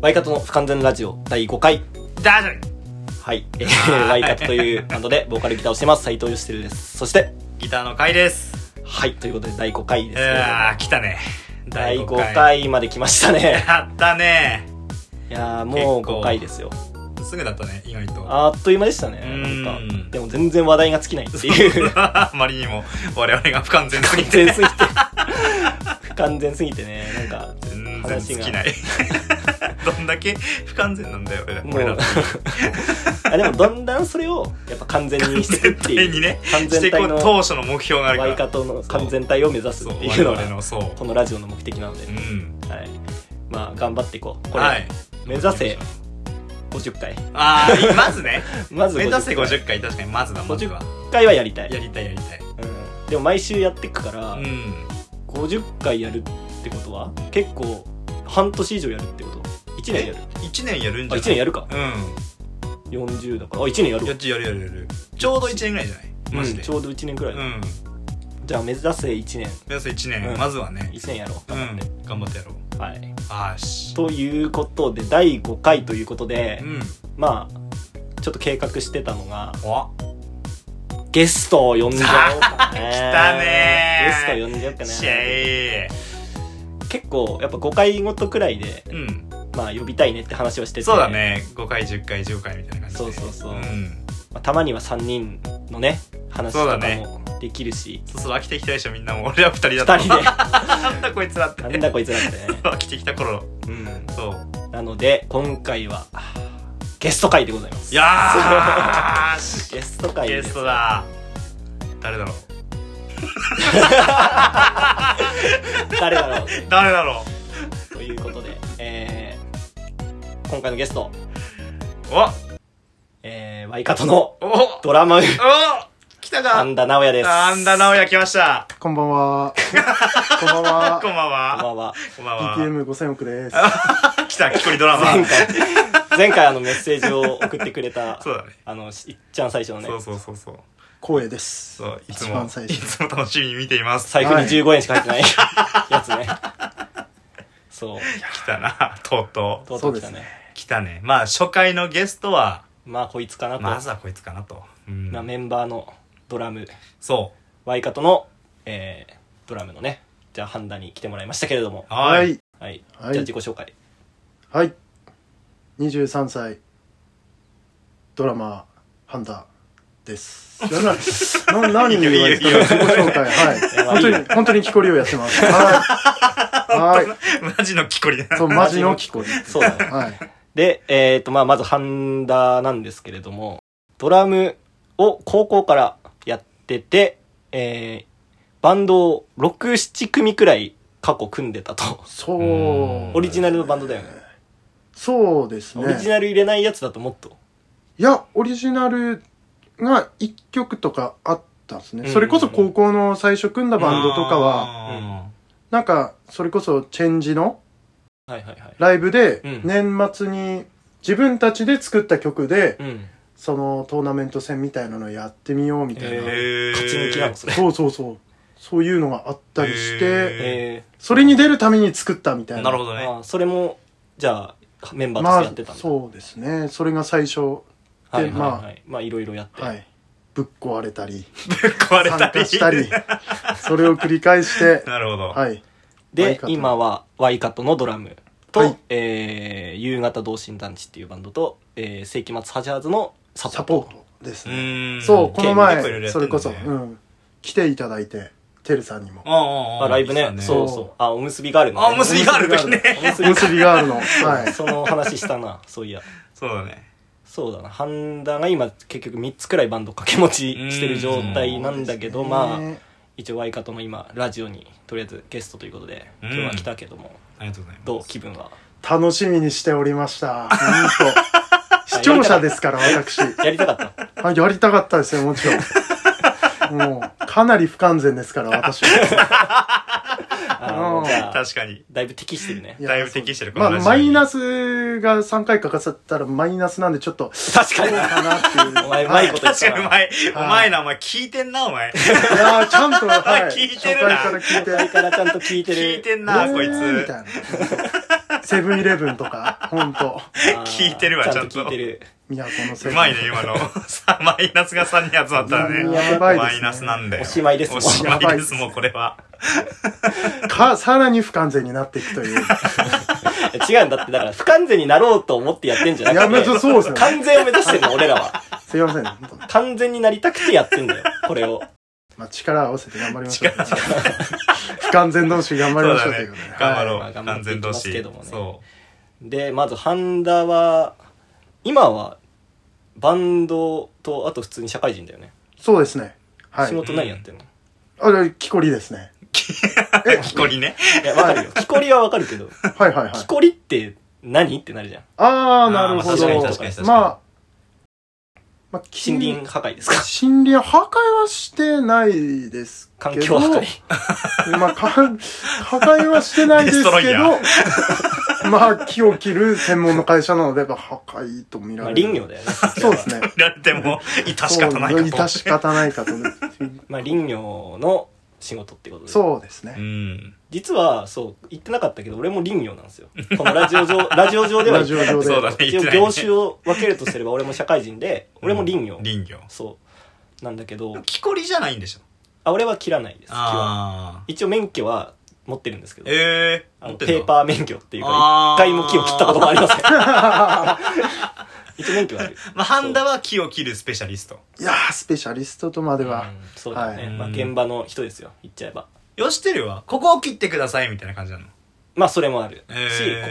ワイカトの不完全ラジオ第5回。ダジャレはい。えー、ワイカトというバンドでボーカルギターをしてます、斉藤義輝です。そして、ギターの回です。はい。ということで第5回ですけれども。あー、来たね。第5。回まで来ましたね。やったね。いやー、もう結構5回ですよ。すぐだったね、意外と。 あっという間でしたね。うなんんかでも全然話題が尽きないっていう。 あまりにも我々が不完全すぎ完て全すぎて不完全すぎてねなんか全然話尽がきない どんだけ不完全なんだよ俺らも俺らう あでもだんだんそれをやっぱ完全にしてい全くってい体うにね完して全いこ体うの当初の目標があるワイかカらトの完全体を目指すそっうていう我の々がのそうこのラジオの目的なので、うんはい、まあ頑張っていこうこれ、はい目指せ50回ああまずね まず目指せ50 50回確かにまずだまずは回はやりたいやりたいやりたいうん、でも毎週やっていくから、うん50回やるってことは結構半年以上やるってこと1年やる1年やるあ1んじゃない年やるか40だからあ1年やるうんわやっちやるやるやるちょうど1年ぐらいじゃないマジうんでちょうど1年くらい、うんじゃあ目指せ1年目指せ1うん年まずはね1年やろうう頑張んって、頑張ってやろうはいあーしということで第5回ということで、うんまあちょっと計画してたのがおゲストを呼んじゃおうかね 来たねゲースト呼んじゃおうか試ね合結構やっぱ5回ごとくらいで、うんまあ呼びたいねって話をしててそうだね5回10回15回みたいな感そうじでそうそううんまあたまには3人のね話とそうかだねもできるし、そうそう飽きてきたでしょみんなもう俺ら2人だった2人でなんだこいつらってなんだこいつらってね、飽きてきた頃うん そうなので今回はゲスト会でございますいやーしゲスト会ゲですストだ誰だろう誰だろう誰だろということで、えー今回のゲスト、うえー、ワイカトのおおドラマウ、お来たか神田直也です。なんだ直哉来ましたこんばんは。こんばんこんは。ばんこんばはんは。こんばんは BPM 五千億です。来たきこりドラ前 マ回、前回あのメッセージを送ってくれた、 そうだねあの、しいっちゃん最初のねそ、うそうそうそう光栄です。そういつ一も番最い初つも楽しみに見ています財布に15円しか入ってないやつね。そう。来たなとうとうとうとう来たそうですね。来たねまあ初回のゲストはまあ、こいつかなと。まずはこいつかなと、うんまあ、メンバーのドラム、そうワイカトの、えー、ドラムのね、じゃあ、ハンダに来てもらいましたけれども。ははいい。はい。じゃあはい、自己紹介。はい。二十三歳。ドラマーハンダです。なな、な、何言われてたの自己紹介。はい。まあい本い当に、本当に木こりをやってます。 はい。はマジのきこりだい。そう、マジの木こり。そうだね。はい。で、えーとまあ、まずハンダなんですけれどもドラムを高校からやってて、えーバンドを67組くらい過去組んでたとそう。オリジナルのバンドだよねそうですね。オリジナル入れないやつだともっといや、オリジナルが1曲とかあったんですね。うんそれこそ高校の最初組んだバンドとかは、はなんか、それこそチェンジのはいはいはいライブでうん、年末に自分たちで作った曲でう、んそのトーナメント戦みたいなのやってみようみたいな。へー勝ち抜きなのそれそうそうそう。そういうのがあったりしへて、えそれに出るために作ったみたいな。なるほーどねあーそれもじゃあメンバーとしまてやあってた、んだ、そうですね。それが最初、はいではいはいまあいろいろやって、はい。ぶっ壊れたり、壊れた参加りし たり、それを繰り返して、 なるほど、はい。ワイでカト今はワイカットのドラムと、はいえー夕方同心団地っていうバンドと、えー世紀末ハジャーズのササポポートートですうね。ーんそう、この前結構いろいろ、やってそんだれねこそ、うん。来ていただいて、てるさんにも。あああああライブねそそううそうあおむすびガールの、ね、あおむすびガールの時ねおむすおびむすびガールの。はい。その話したな そういやそうだねそうだなハンダが今結局3つくらいバンド掛け持ちしてる状態なんだけどまああ。一応ワイカトも今ラジオにとりあえずゲストということで今日は来たけども、ありがとうございますどう気分は楽しみにしておりました。本 当視聴者ですから、私。やりたか ったあやりたかったですよ、もち ろん。もう、かなり不完全ですから、私は。あのうんじゃあ確かにだいぶ適してるねいやだいぶ適してるこまのあ、ラジオにマイナスが3回かかっちゃったら、マイナスなんで、ちょっと、確かにかなっていう。お前うまいこと言っ確たかにおな前お前なお前聞いてんなお前いやーちゃんと、はい。聞いてるな初回から聞いて。前からちゃんと聞いてる聞いてんなこいえーみつたいな。セブンイレブンとか、ほんと。聞いてるわあーちゃんちゃとんと聞いてる。都のセブうン。まいね、 今の。さあ、マイナスが3に集まったらね。うんやばいですマねイナスなんだよ。おしまいですもんおしまやばいで、いですすもうこれは。か、さらに不完全になっていくという。違うんだって、だから不完全になろうと思ってやってんじゃいや、なめくっちゃて、そうですよね。完全を目指してんの、俺らは。すいません。ほんと完全になりたくてやってんだよ、これを。まあ、力を合わせて頑張りましょう。不完全同士頑張りましょうということで。頑張はろ。いうまあ頑張完っていき全同ます士けどもねそで、まず、ハンダは、今は、バンドと、あと普通に社会人だよね。そうですね。は仕い。事何やってんの、あれ、木こりですね。う。木こりね。いや、わかるよ。木こりはわかるけど、はいはいはい。木こりって何ってなるじゃん。ああ、なるほあーまあ確かにど確かに確か。にまあ、まあ、森林破壊ですか森林破壊はしてないですけ環ど。境破壊。まあ、か破壊はしてないでデスすけトロイヤど、 まあ、木を切る専門の会社なので、やっぱ破壊と見 らまあ、れる。林業だよね。 そうですね。やっても、致し方ないそうか致と。し方ないかと。まあ、林業の仕事ってことで。そうですうね。ん。実は、そう、言ってなかったけど、俺も林業なんです よ。このラジオ上、ラジオ上ではラジオ上でそうだね、一言応ってないね業種を分けるとすれ ば、俺も社会人で、俺も林業。林業。そう。なんだけど、木こりじゃないんでしょ。あ、俺は切らないです。木はああ。一応免許は持ってるんですけど、ええあー。のペーー。パー免許っていうか、あー一回も木を切ったこともありません。 一応免許はある。まあ、ハンダは木を切るスペシャリスト。いやー、スペシャリストとまでは。うんそうだよね、はいまあ、現場の人ですよ言っちゃえばよしてるわ。ここを切ってください、みたいな感じなの。まあそれもあるし、え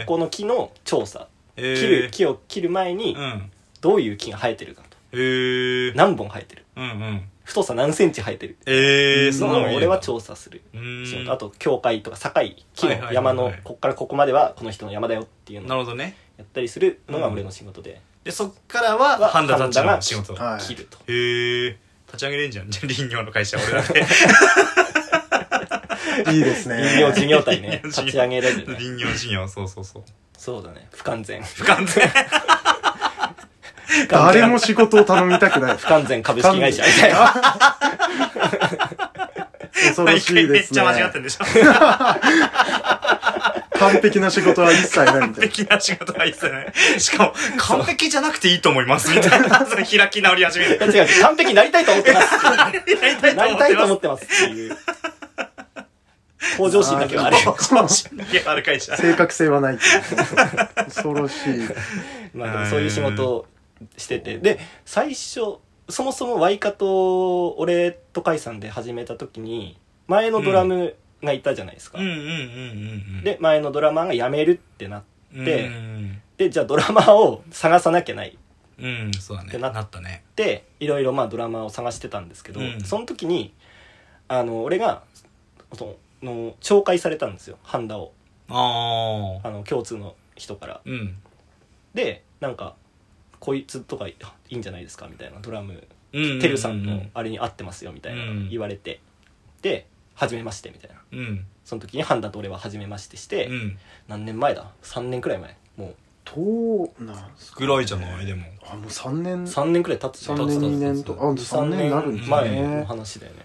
ーここの木の調査、ええ切る木を切る前にうん。どういう木が生えてるかとええ何本生えてるうんうん。太さ何センチ生えてるええー、そそんのなをの俺は調査する仕事ん。あと境界とか境木はいはいはいはのい山のこっからここまではこの人の山だよっていうなのをるほどね。やったりするのが俺の仕事で、で、そっからは、はハンダタッチの仕事。はい切ると、へえ。立ち上げれんじゃん。じゃあ 林業の会社、俺だって。いいですね。林業事業体ね立 林業事業ち上げられるね林業事業、そうそうそう。そうだね不完全不完 全。 誰も仕事を頼みたくない。不完全株式会社みたいな 恐ろ毎しい回でめっすちねゃ。間違ってん でしょ。完璧な仕事は一切ないみ完たい璧な仕事はいいっすよね。しかも、完璧じゃなくていいと思います、みたい な。それ開き直り始める。いや違う完璧になりたいと思ってますやりたい とな思りったていとま思 すってますっていう。向上心だけはあれ。そうかもしれない。ある会社な。。正確性はないっ ていう。恐ろしい。まあでもそういう仕事をしてて。で、最初、そもそもワイカと俺とカイさんで始めた時に、前のドラムがいたじゃないですか。うんうんうんうんうん。で、前のドラマーが辞めるってなっうん、てて、じゃあドラマーを探さなきゃないっうん、そうだっね。てなっなったね。て、いろいろまあドラマーを探してたんですけど、うんその時に、あの、俺が、その、紹介されたんですよ、ハンダを。ああ。あの、共通の人から。うん。でなんか「こいつとかいいんじゃないですか」みたいなドラムうんうんうんう「んてるさんのあれに合ってますよ」みたいなうん言われてで「初めまして」みたいなうん。その時にハンダと俺は初めましてしてうん。何年前だ3年くらい前もどうなんすかぐらいじゃないでも。あ、もう3年、う3 3年くらい経つ三年、経2つ年と経つか、あ、3 3年になるんで年す前のね。話だよね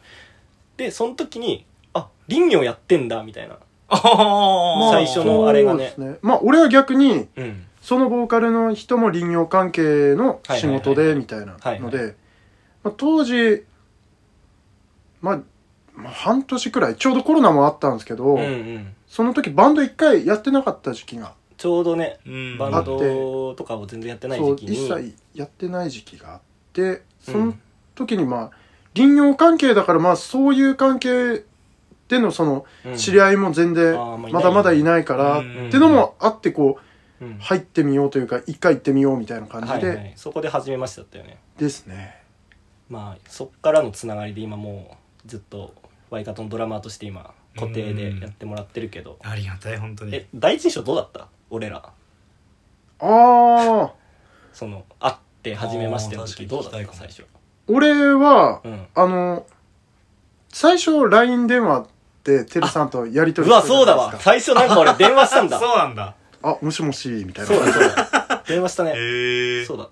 でその時に「あ林業やってんだ」みたいなああ。最初のあれがねそうですまあ、俺は逆に、うんそのボーカルの人も林業関係のは仕事いはいはいはで、いみたいなはいので、まあ、当時、まあ、まあ、半年くらい、ちょうどコロナもあったんですけど、うんうんその時バンド一回やってなかった時期が、ちょうどねうん。バンドとかを全然やってないそう、時期一に切やってない時期があって、そうのん時にまあ、林業関係だからまあ、そういう関係でのその、知り合い合いも全あ然ーまあいないよねまだまだいないからっうんてのもあってこううん入ってみようというか一回行ってみようみたいな感はじいはでいそこで初めましてだったよねですねまあそっからのつながりで今もうずっとワイカトのドラマーとして今固定でやってもらってるけど、ありがたい、本当にえ。第一印象どうだった俺らああその会って初めましての時あーどうだっ確たかに最初俺はうんあの最初 LINE 電話でてるさんとやりとりうわそうだわしてたじゃないで最初すかなんか俺電話したんだ そうなんだ。あもしもしみたいそうなだそうだ電話したね、へ え。そううだっ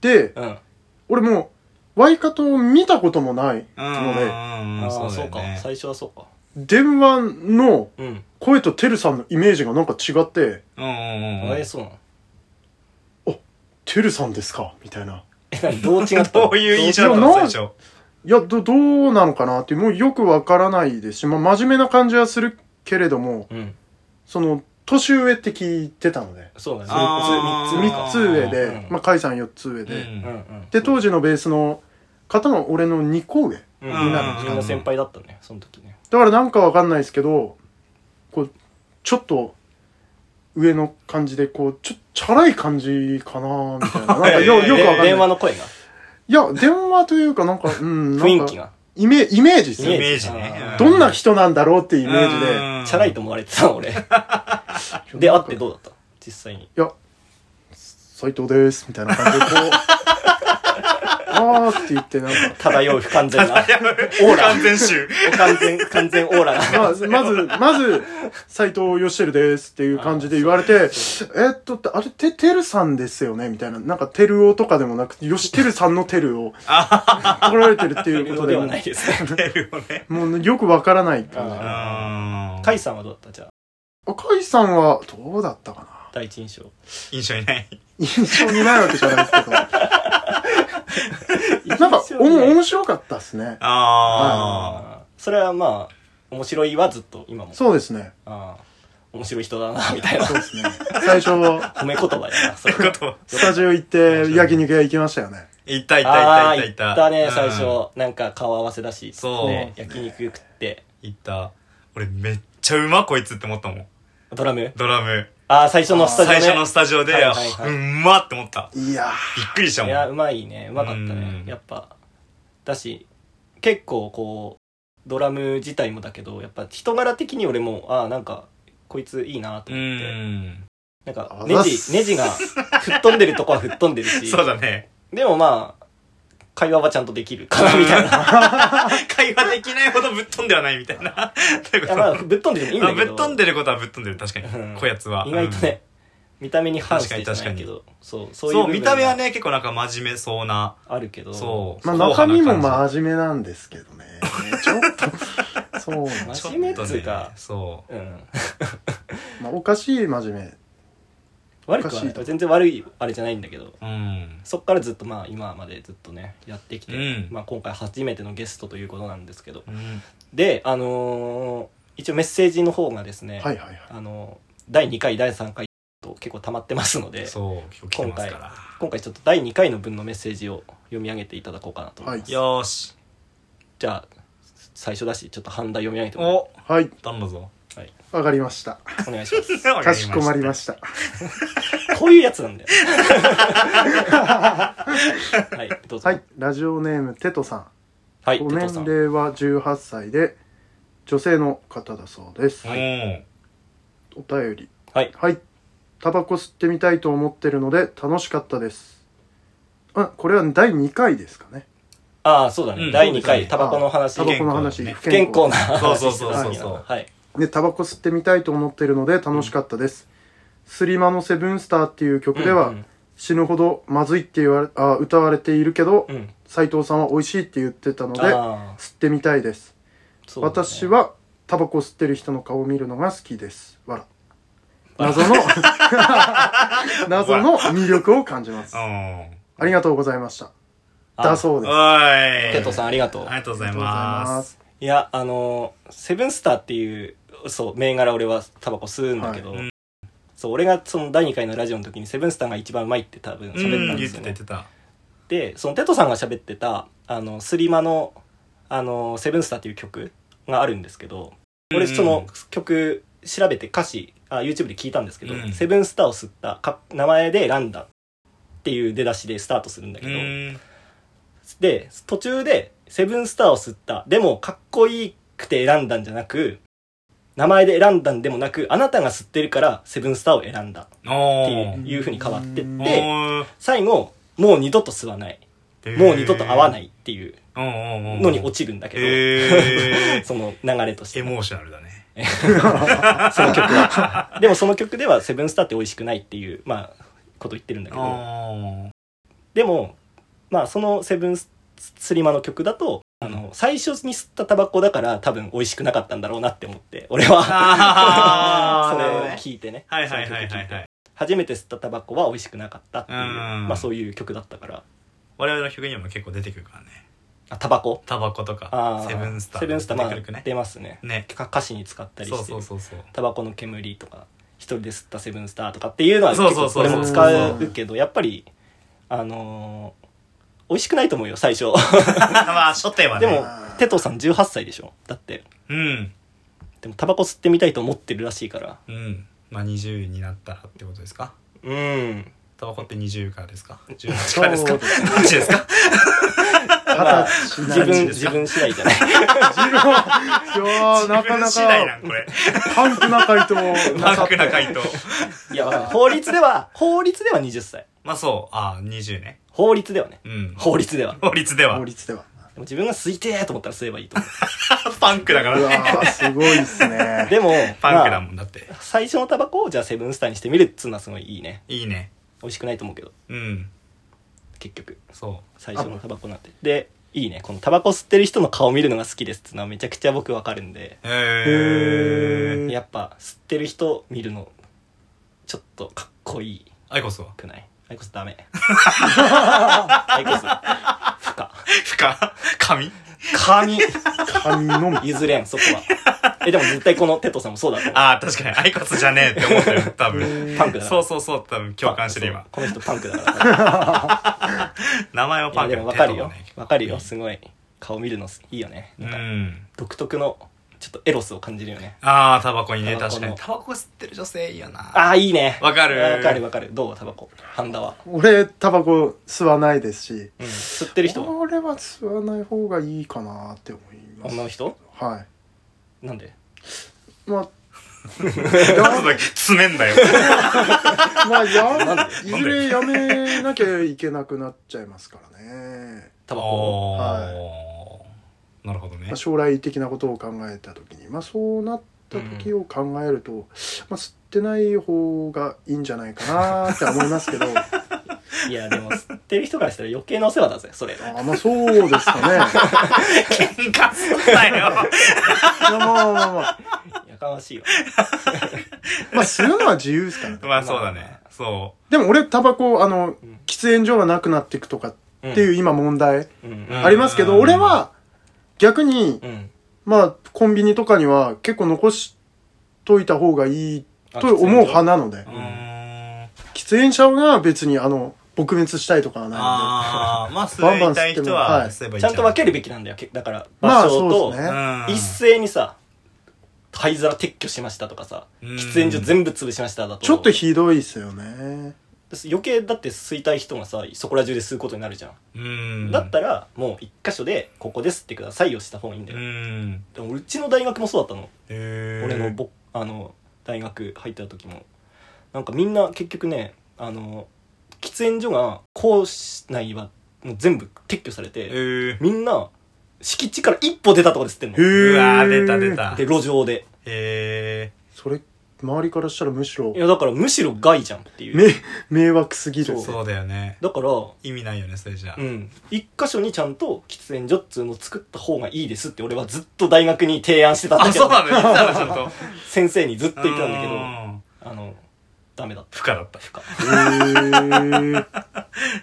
でたうん俺もうワイカトを見たこともないんうんのでうんうん。ああだそようかね最初はそうか電話のうん。声とてるさんのイメージがなんか違って、うんうんうんえ、そうなのてるさんですかみたいな。え、何どう違ったのどういう印象だったの最初。いや、ど、どうなのかなって、もうよくわからないですし、まあ、真面目な感じはするけれども、うん。その、年上って聞いてたので、そうだね。あー三3つ、三つつ上で、うんまあ、甲斐さん4つ上で、目か。うんうん。で、当時のベースの方の俺の2個上。うみん、んみんなのな先輩だったね、その時ね。だからなんかわかんないですけど、こう、ちょっと、上の感じで、こう、ちょ、チャラい感じかなみ たいな。なんかよ、よくわかんない。電話の声が。いや、電話というか、なんか、うん、なんか雰囲気が。イメイメージですイよ。メージねあ。ーどんな人なんだろうっていうイメージで。うんチャラいと思われてたの、俺。で、会ってどうだった実際に。いや、斎藤です、みたいな感じでこ う、あーって言って、なんか、漂う不完全な。オーラ。完全集。不完全、完全オーラが。 まず、まず、まず、斎藤義輝ですっていう感じで言われて、えっと、あれ、て、てるさんですよねみたいな。なんか、てるおとかでもなくて、よし、てるさんのてるを、取られてるっていうことそうででもはないですね。出るよね。う、もうよくわからない感じ。 あうんカイさんはどうだったじゃあ、赤井さんは、どうだったかな第一印象。印象いない。印象にないわけじゃないです けど。なんか、おも、面白かったっすね。あああ。それはまあ、面白いはずっと、今も。そうですね。ああ。面白い人だな、みたいな。そうですね。最初、褒め言葉やな、それ。あ。こと、スタジオ行って焼肉屋行きましたよね。いたあいたあいたー、い行た。ったね、最うん初。なんか顔合わせだし。そうね焼肉食って、行った。俺めっちゃうまこいつって思ったもん。ドラム。ドラム。ああ、最初のスタジオ最ね。初のスタジオで、はいはいはいうんまって思った。いやびっくりしたいもや、ん。うまいね。うまかったねう。んやっぱ。だし、結構こう、ドラム自体もだけど、やっぱ人柄的に俺も、ああ、なんか、こいついいなとう思って。ん。なんかあ、ネざっジ、すネジが吹っ飛んでるとこは吹っ飛んでるし、 そうだね。でもまあ、会話はちゃんとできるかな、みたい な。会話できないほどぶっ飛んではないみたいな。といういこやとまあ、ぶっ飛んでてもいいんだあけどぶ。っ飛んでることはぶっ飛んでる、確かにうん。こやつは。意外とね、見た目に反して確じかゃにないけど、そう、うそん。ういうそ部う、分見た目はね、結構なんか真面目そうな。あるけど、そう。まあ中身もあ、真面目なんですけどね。 ちょっと、そうなんです。真面目っつうちょっとか。ね、そうん。まあおかしい真面目。悪くはおかしないいと全然悪いあれじゃないんだけどう。うん。そっからずっとまあ今までずっとねやってきて、うんまあ、今回初めてのゲストということなんですけどうん。であのー一応メッセージの方がですね、はいはいはい。あのー第2回第3回と結構溜まってますのでそう、結構来てますから。今回ちょっと第2回の分のメッセージを読み上げていただこうかなと思います、回よーし。じゃあ最初だしちょっと判断読み上げてもおはい、頼ん だぞ。はい、わかりました。お願いしますかしこまりましした。こういうやつなんだよはいどうぞはい、ラジオネームテトさん。はいごテトさ年ん齢は18歳で、女性の方だそうです。た。うん。お便り。はいはい。タバコ吸ってみたいと思ってるので楽しかったです。あ、これは第2回ですかね。ああそうだね、うん第2そう回ですねタバコの話タバコの話、不不健康なそうそ話してうそうたそう時のはいで、タバコ吸ってみたいと思ってるので楽しかったです。スリマのセブンスターっていう曲でうはん死ぬほどまずいって言われ、あ、歌われているけどう、ん斉藤さんは美味しいって言ってたので、吸あーってみたいです。そうだね私はタバコ吸ってる人の顔を見るのが好きです。わら。謎 の、謎の魅力を感じます。あうん。りがとうございました。あだそうです。おい。テトさんありがとうありがとうござあいます。。いやあのーセブンスターっていうそう銘柄俺はタバコ吸うんだけどはいうんそう俺がその第2回のラジオの時にセブンスターが一番うまいって多分喋うったん、んで言っすよてたね言ってた。でそのテトさんが喋ってたあのスリマのあのセブンスターっていう曲があるんですけど俺うんその曲調べて歌詞あ YouTube で聞いたんですけど、うんセブンスターを吸ったか名前で選んだっていう出だしでスタートするんだけうど、ん。で途中でセブンスターを吸ったでもかっこいいくて選んだんじゃなく名前で選んだんでもなくあなたが吸ってるからセブンスターを選んだおってーいういうふうに変わってっうんて最後もう二度と吸わないもう二度と会わないっていうののに落ちるんだけど、えその流れとしー、エてモーショナルだ ね。その曲はでもその曲では「セブンスターって美味しくないっていうまあこと言ってるんだけどあでもまあその「セブンススリマ」の曲だとあの、最初に吸ったタバコだから多分美味しくなかったんだろうなって思って、俺は。あ そーれなるほをどね聞いてね。はいはいはいそのは曲い聞はてい。初めて吸ったタバコは美味しくなかったっていう、うんまあそういう曲だったから。我々の曲にも結構出てくるからね。あ、タバコタバコとかあ、ーセブンスター。セブンスター、出まてくるくあね。出ますね。ねか歌詞に使ったりしてそる。うそうそうそう。 タバコの煙とか一人で吸ったセブンスターとかっていうのはそう結そう構そう俺も使うけどやっぱりあのー美味しくないと思うよ最初まあ、初手はでね。もテトさん18歳でしょだってうん。でもタバコ吸ってみたいと思ってるらしいからうん。まあ、20になったらってことですかうんタバコって20からですか ?18 からですかそうどっちですかまあ歳自分何です自か分次第じゃないいやー、なか自分な次第なかん、、これ。パンクな回答パ なさンってクな回答。いやわかんない法律では法律では20歳まあ、そう。ああ、20ね。法律ではねうん。法律ではで法律では法。律では。も自分が吸いてーと思ったら吸えばいいと思 パンクだかうらわね。ー、すごいっすねう。でもパンクだまもんだって。あ最初のタバコをじゃあセブンスターにしてみるっつうのはすごいいいねいいね。美味しくないと思うけどうん。結局そ最初のタバコなんてでいいねこのタバコ吸ってる人の顔見るのが好きですってのはめちゃくちゃ僕わかるんでう。へへえ。ーやっぱ吸ってる人見るのちょっとかっこいいアイコスは くないアイコスダメアイコス不可不可髪髪髪のみ。譲れんそこはえでも絶対このテトさんもそうだと思ああ、確かに。アイコスじゃねえって思っ たよ。多分。うパンクだからそうそうそう。多分共感してる今そう。この人パンクだから名前はいパやンでクもわかるテトよだねわかるよすごい顔見るのいいよねうなんかん。独特のちょっとエロスを感じるよねああ、タバコにね、タバコ確のかに。タバコ吸ってる女性いいよな。ああいいねわかるわかるわかるどうタバコハンダは俺、タバコ吸わないですし、うん吸ってる人は俺は吸わない方がいいかなって思います。女の人はなんでい。まあ、なんで 詰めんだよ。まあ、やなん、いずれやめなきゃいけなくなっちゃいますからね。タバコおはー。なるほどねまあ、。将来的なことを考えた時に、まあ、そうなった時を考えると、まあ、吸ってない方がいいんじゃないかなって思います けど、あいやでも吸ってる人からしたら余計なお世話だぜそれーまあ、そうですかね。喧嘩すんなよ。いやまあまあまあまあ、やかましいわまあ、吸うのは自由ですからね。まあそうだね。そでも俺、タバコ、あのん、喫煙所がなくなっていくとかっていう今問題うんうんんありますけど、俺は逆にう、んまあ、コンビニとかには結構残しといた方がいいあと思う派喫なのでう。、うーん。喫煙者が別に、あの、撲滅したいとかはないああ、まあ吸バンバン吸いたい人はって吸えばいいちゃんと分けるべき。きなんだよけだからま場あ所そとうですねうん。一斉にさ灰皿撤去しましたとかさうん喫煙所全部潰しましただんとで。ちょっとひどいっすよね。余計だって吸いたい人がさそこら中で吸うことになるじゃんうん。だったらもう一箇所でここで吸ってくださいをした方がいいんだうよん。でもうちの大学もそうだったのへー俺のぼあの大学入った時もなんかみんな結局ねあの喫煙所が校内はもう全部撤去されて、へーみんな敷地から一歩出たとこで吸ってんのへーうわー出た出たで。路上でへそれ、周りからしたらむしろい、やだからむしろ害じゃんっていうめ、迷惑すぎる。ーそうだよね。だから意味ないよね、それじゃう。ん一箇所にちゃんと喫煙所っつうのを作った方がいいですって俺はずっと大学に提案してたんだあ、けどそう なのよ。言ってたの、ちゃんと。言先生にずっと言ってたんだけどあのダメだった不可だった。不可へー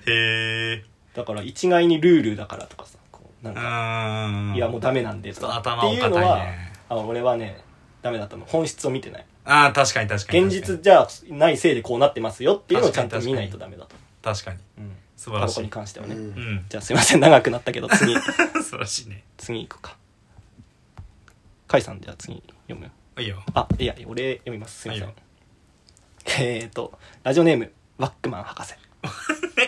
へえ。だから一概にルールだからとかさこうなんうかーん。いやもうダメなんでちとょっとか頭っをていうの固いはね。あ俺はねダメだったの本質を見てないああ、確かに確かに。現実じゃないせいでこうなってますよっていうのをちゃんと確か見にないとダメだと、確かに。うん、素晴タらバコしにい。関してはうね、んうん。 じゃあすいません長くなったけど次素晴らしいね。次行くか甲斐さんじゃあ次読むいいよ。あいや俺読みますすいません、はいえーとラジオネームワックマン博士ね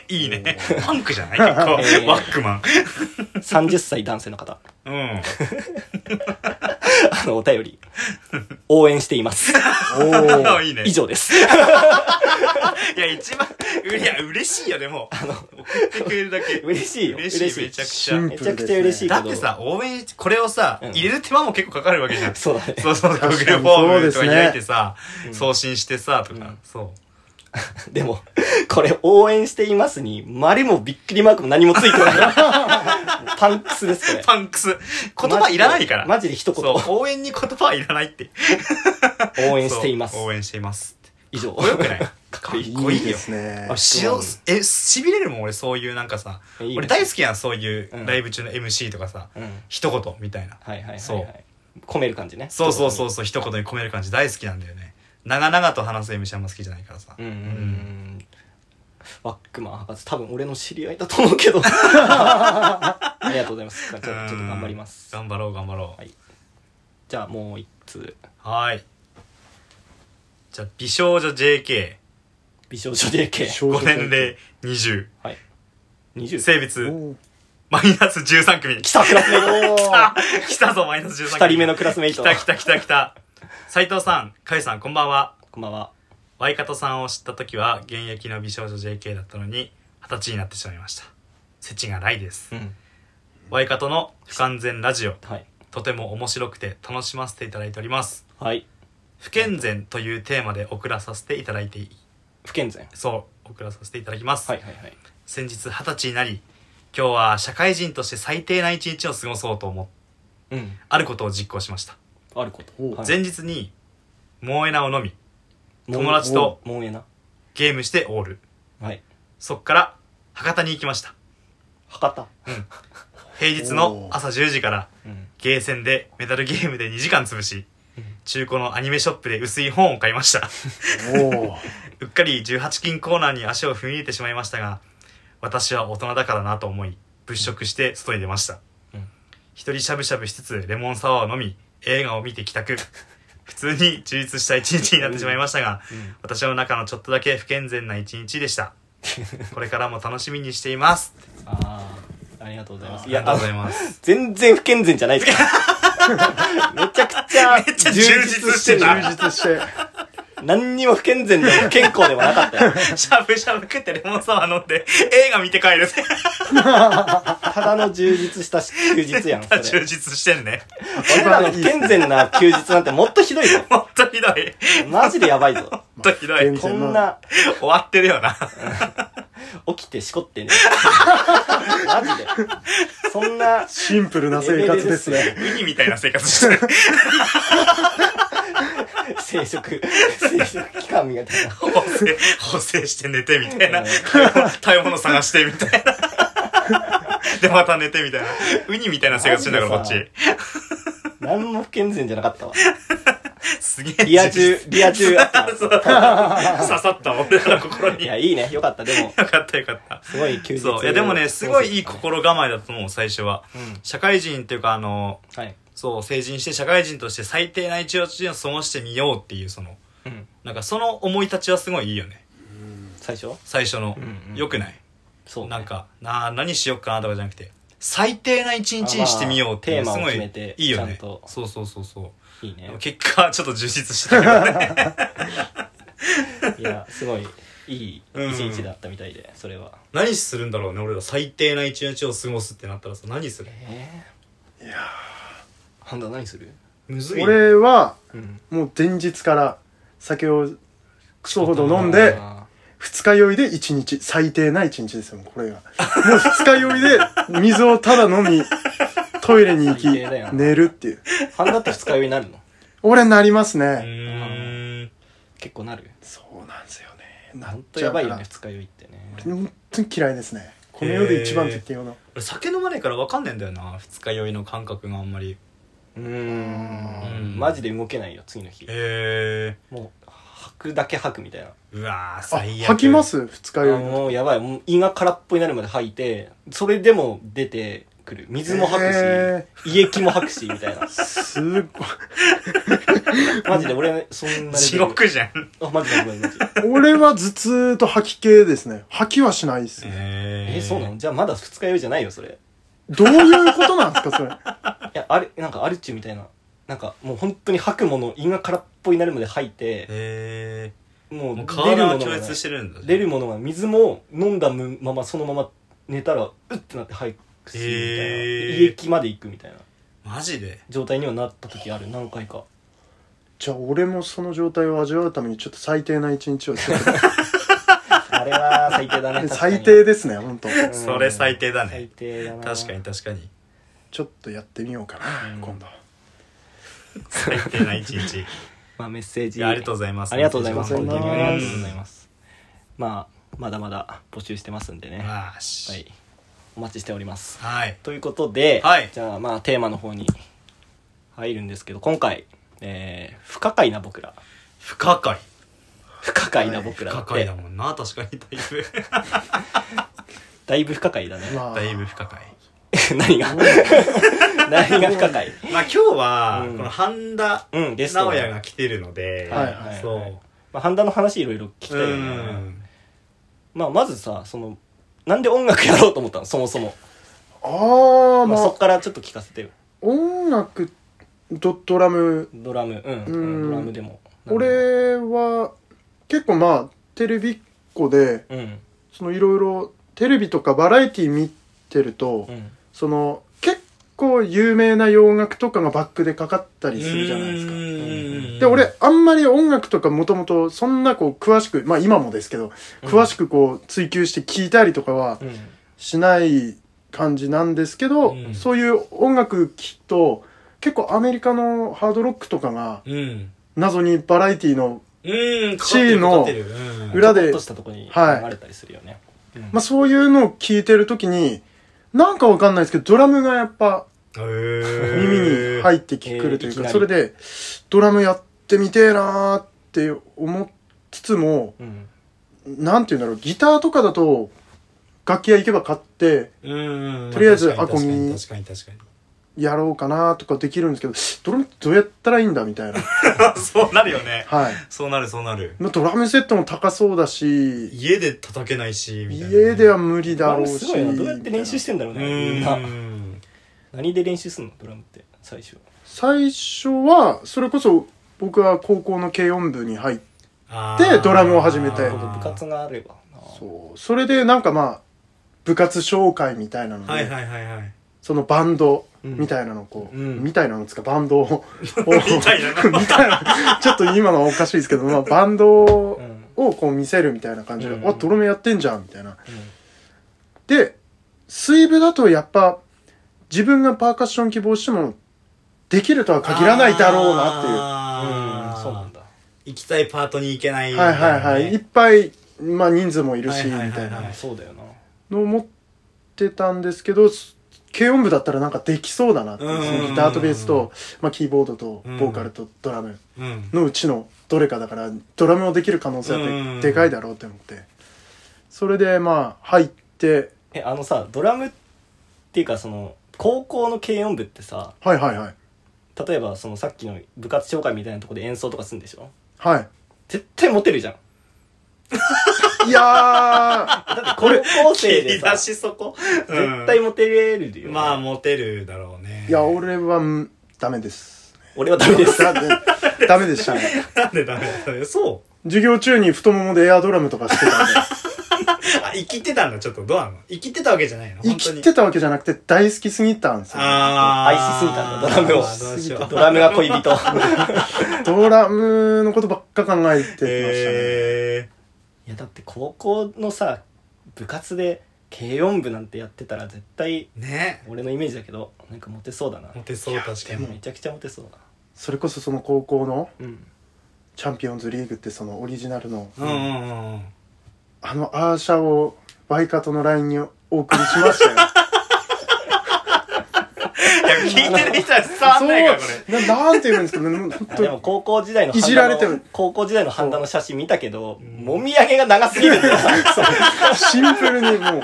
いいね。パンクじゃない結構えー。ワックマン。 30歳男性の方 うん。あのお便り応援しています おー いいね。以上ですいや、一番、ういや、嬉しいよ、でも。あの、送ってくれるだけ。嬉しいよ嬉しい、嬉しいめちゃくちシゃン。めプちゃルくですねちゃ嬉しいけだどってさ、応援、これをさ、うん入れる手間も結構かかるわけじゃん。そうだねそうそう、確か Google にフォームとそうかですね開いてさ、うん送信してさ、とか、うんそでも、 これ応援していますに、まりもびっくりマークも何もついてない。パンクスですこれパンクス。言葉いらないから。マジで一言そう、応援に言葉はいらないって。応援していますそう応援していますって。以上かっこよくない かっこいいこいいよですねあ。しそうよなんだ、え、しびれるもん、俺、そういうなんかさ。いいね俺大好きやん、そういううんライブ中の MC とかさ。うんはい一言みたいな。はいはい、はい、そう込める感じねそうそうそうそう、一言に込める感じ大好きなんだよね。長々と話す MC あんま好きじゃないからさ。うんうんうんうんワックマン博士多分俺の知り合いだと思うけどありがとうございますじゃあちょっと頑張ります頑張ろう、頑張ろはいじゃあもう一通う。はーい。じゃあ、美少女 JK。美少女 JK ご年齢20。はい20性お別 ー。マイナス13組。来たクラスメイトおー来たぞ、マイナス13組。 2人目のクラスメイ来トた来た来た来た。斉藤さん、かいさん、こんばんは。こんばんはワイカトさんを知った時は、現役の美少女 JK だったのに、二十歳になってしまいました。世知がないです。うんワイカトの不完全ラジオ、はいとても面白くて楽しませていただいております。はい不健全というテーマで送らさせていただいてい、不健全そう、送らさせていただきます。はいはいはい先日二十歳になり、今日は社会人として最低な一日を過ごそうと思って、うんあることを実行しました。あること、おうはい前日に、モエナを飲み、もう友達ともうええなゲームしてオール。はいそっから、博多に行きました。博多平日の朝10時から、うんゲーセンでメダルゲームで2時間潰しうん、中古のアニメショップで薄い本を買いました。 おー。うっかり18金コーナーに足を踏み入れてしまいましたが、私は大人だからなと思い、物色して外に出ました。うん一人しゃぶしゃぶしつつレモンサワーを飲み、映画を見て帰宅。普通に充実した一日になってしまいましたが、うん私の中のちょっとだけ不健全な一日でした。これからも楽しみにしています。ああありがとうございまあすりいがやとうあごのざいます。 全然不健全じゃないですかめちゃくちゃめっちゃ充充実実ししててるる充実して。何にも不健全でも不健康でもなかったよしゃぶしゃぶ食ってレモンサワー飲んで、映画見て帰る。ただの充実した休日やんそ 充れ実してんね。 俺らの不健全な休日なんてもっとひどいぞほんとひど い。マジでやばいぞほんとひどい。こんな終わってるよな。起きてしこってねマジでそんなシンプルな生活です ね。ウニみたいな生活し てる。生殖生殖期間みたいな補正、補正して寝てみたいなうん。食べ物探してみたい な。で、また寝てみたいな。ウニみたいな生活してんだから、こっち。何も不健全じゃなかったわすげえ。リア充リア充あったわ そう刺さった、俺らの心いに。やよいいねよかったでもかったよかった。すごい休日そう。いや、でもね、すごいいいこ心構えだと思う、最初は。うん社会人っていうか、あの、はいそう、成人して社会人として最低な一日を過ごしてみようっていう、その、うんなんかその思い立ちはすごいいいよね。最初最初のうんう。んよくないそうなんか、なあ、何しよっかなとかじゃなくて、最低な一日にしてみようっていう、あまあすごテーマを決いめて、いいよちゃねんと。そうそうそうそいいねう。結果、ちょっと充実してたけ どね。いやすごいいい一日だったみたいでそれは何するんだろうね、俺ら。最低な一日を過ごすってなったらさ、何するええいやハンダ何するむずいね。俺は、うんもう前日から酒をクソほど飲んで、あ二日酔いで一日、最低な一日ですよ、もうこれが。もう二日酔いで水をただ飲 み、トイレに行き最低だよ、な寝るっていう。ーハンダって二日酔いになるの俺なりますうね。ーん。結構なるそうなんですよね。なほっんとちゃやうかばいらよね二日酔いってね本当に嫌いですね。この世で一番絶ような。俺酒飲まねえから分かんねえんだよな、二日酔いの感覚があんまり。うーうんんマジで動けないよ次の日へもう吐くだけ吐くみたいなえー。うわー、あ、最悪。吐きます二日あ酔いの。もうやばいもう胃が空っぽになるまで吐いてそれでも出てくる水も吐くし、へ胃液も吐くしみたいなすっごい。マジで俺そんなレベル地獄じゃん。あマジでごめんマジで俺は頭痛と吐き系ですね。吐きはしないですね。ええそうなのじゃあまだ二日酔いじゃないよそれどういうことなんですか、それ。いやあれなんかアルチュみたいななんかもう本当に吐くもの胃が空っぽになるまで吐いてへもえ。うもう出る体ものはが超ない越してるんだ。出るものが水も飲んだままそのまま寝たらうってなって吐くしみたいなへー胃液まで行くみたいなマジで状態にはなった時ある何回かじゃあ俺もその状態を味わうためにちょっと最低な一日を過ごす あれは最低だね確かに最低ですね本当それ最低だ最ね低だな確かに確かにちょっとやってみようかな、うん今度最低な 一日いまあメッセージやありがとうございますありがとうございますありがとうございます本当にありがとうございますまあまだまだ募集してますんでねはよしいお待ちしておりますはいということで、はいじゃあまあテーマの方に入るんですけど今回、えー不可解な僕ら不可解不可解な僕不ら可って、解だもんな確かにだいぶだいぶ不可解だねまあだいぶ不可解 何が何が不可解まあ今日はうんこの半田うんゲスト直が哉が来てるのではいはいはいそうまあ、半田の話いろいろ聞きたいよね、うんまあ、まずさそのなんで音楽やろうと思ったのそもそも、あまあまあ、そっあからちょっと聞かせてよ音楽とドラムドラムうん、うんドラムでも俺は結構まあテレビっ子でうんそのいろいろテレビとかバラエティ見てると、うんその結構有名な洋楽とかがバックでかかったりするじゃないですか。で、俺、あんまり音楽とかもともと、そんなこう、詳しく、まあ今もですけど、うん詳しくこう、追求して聞いたりとかはうんしない感じなんですけど、うんそういう音楽聴くと、結構アメリカのハードロックとかが、うん謎にバラエティの、うんかかって C るのかかってるうん裏でちょっとしたとこにはい流れたりするよね、うんまあそういうのを聞いてるときに、なんかわかんないですけど、ドラムがやっぱ耳に入ってきくるというえーいきなか、りそれで、ドラムやってみてえなーって思いつつも、うんなんて言うんだろう、ギターとかだと、楽器屋行けば買って、うんとりあえず確かアコギ確かに確かにやろうかなとかできるんですけど、ドラムってどうやったらいいんだみた いな。確かに そうなるよねはい。そうなるそうなるまあドラムセットも高そうだし、家で叩けないしみたいなね家では無理ドだラろうムすし。ごいなどうやって練習みたいなしてんだろううねみんなん何で練習すんのドラムって最初最初は、それこそ僕は高校の軽音部に入って、あーでドラムを始めてなるほど部活があればなそう。それでなんかまあ、部活紹介みたいなので、はいはいはい はいそのバンドうんみたいなのこう、うんみたいなのつかバンド を、みたいなみたいな、ちょっと今のはおかしいですけど、まあバンドを、うんうんをこう見せるみたいな感じで、うんあ、ドラムやってんじゃん、みたいな。で、水部だとやっぱ、自分がパーカッション希望しても、できるとは限らないだろうなっていう。あーそうなんだ行きたいパートに行けないみたはいいなね、はいはい。いっぱい、まあ人数もいるし、みはいはいはいはいたいなうんそうだよなのを持ってたんですけど、す軽音部だったらなんかできそうだなっていうう。んそのギターとベースと、まあキーボードと、ボーカルとドラムうんのうちのどれかだから、ドラムをできる可能性はうんででかいだろうって思って。それでまあ入って、えあのさドラムっていうかその高校の軽音部ってさはいはいはい。例えばそのさっきの部活紹介みたいなとこで演奏とかするんでしょはい。絶対モテるじゃんいやー、だって高校生切でりさ出絶しそこ、対モテれるよ、うんまあモテるだろうね いや、俺は、んダメです。俺はダメですだでダメでしたね。なんでダメだったのそ授業中に太ももでエアドラムとかしてた んで、うあ生きてたんだちょっとどうなの生きてたわけじゃないの生本当きにてたわけじゃなくて大好きすぎたんですよ。あー愛しすぎたんだドラムをあーどうしようドラムが恋人ドラムのことばっか考えてましたね。えいやだって高校のさ部活で軽音部なんてやってたら絶対ー、ね俺のイメージだけどなんかモテそうだなモテそう確かでもにめちゃくちゃモテそうだそれこそその高校のなうんチャンピオンズリーグってそのオリジナルの、うんうんうんうんあのアーシャをバイカとの LINE にお送りしましたよ。いや聞いてる人は伝わんないからこれそう、な なんて言うんですかね、もう本あ当でにも高校時代のいじられてる半田の高校時代の半田の写真見たけどもみあげが長すぎるんだよシンプルにもう、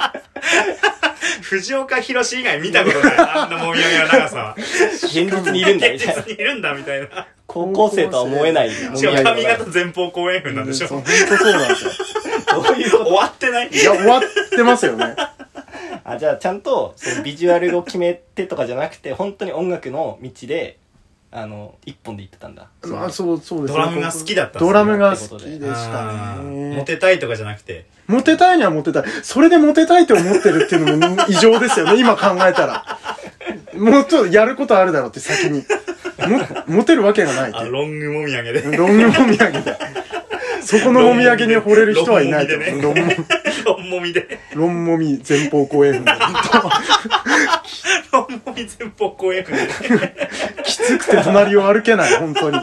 藤岡弘以外見たことないあんなもみあげの長さは現実にいるんだみたいな現実にいるんだみたいな高校生とは思えないもみしかあもげが髪型前方後円墳なんでしそう、ょ本当そうなんですよ。どういうこ終わってないいや、終わってますよね。とあじゃあちゃんとそのビジュアルを決めてとかじゃなくて本当に音楽の道であの一本で行ってたんだまあ、そう、そうですドラムが好きだったんですねドラムが好きでしたうんモね。テたいとかじゃなくてモテたいにはモテたい。それでモテたいって思ってるっていうのも異常です よね、今考えたら。もっとやることあるだろうって先に。もモテるわけがないっあて。ロングもみあげでロングもみあげで。そこのもみあげに惚れる人はいないとロン思う。ロング論もみで。論もみ前方後円墳。論もみ前方後円墳で。きつくて隣を歩けない、本当に。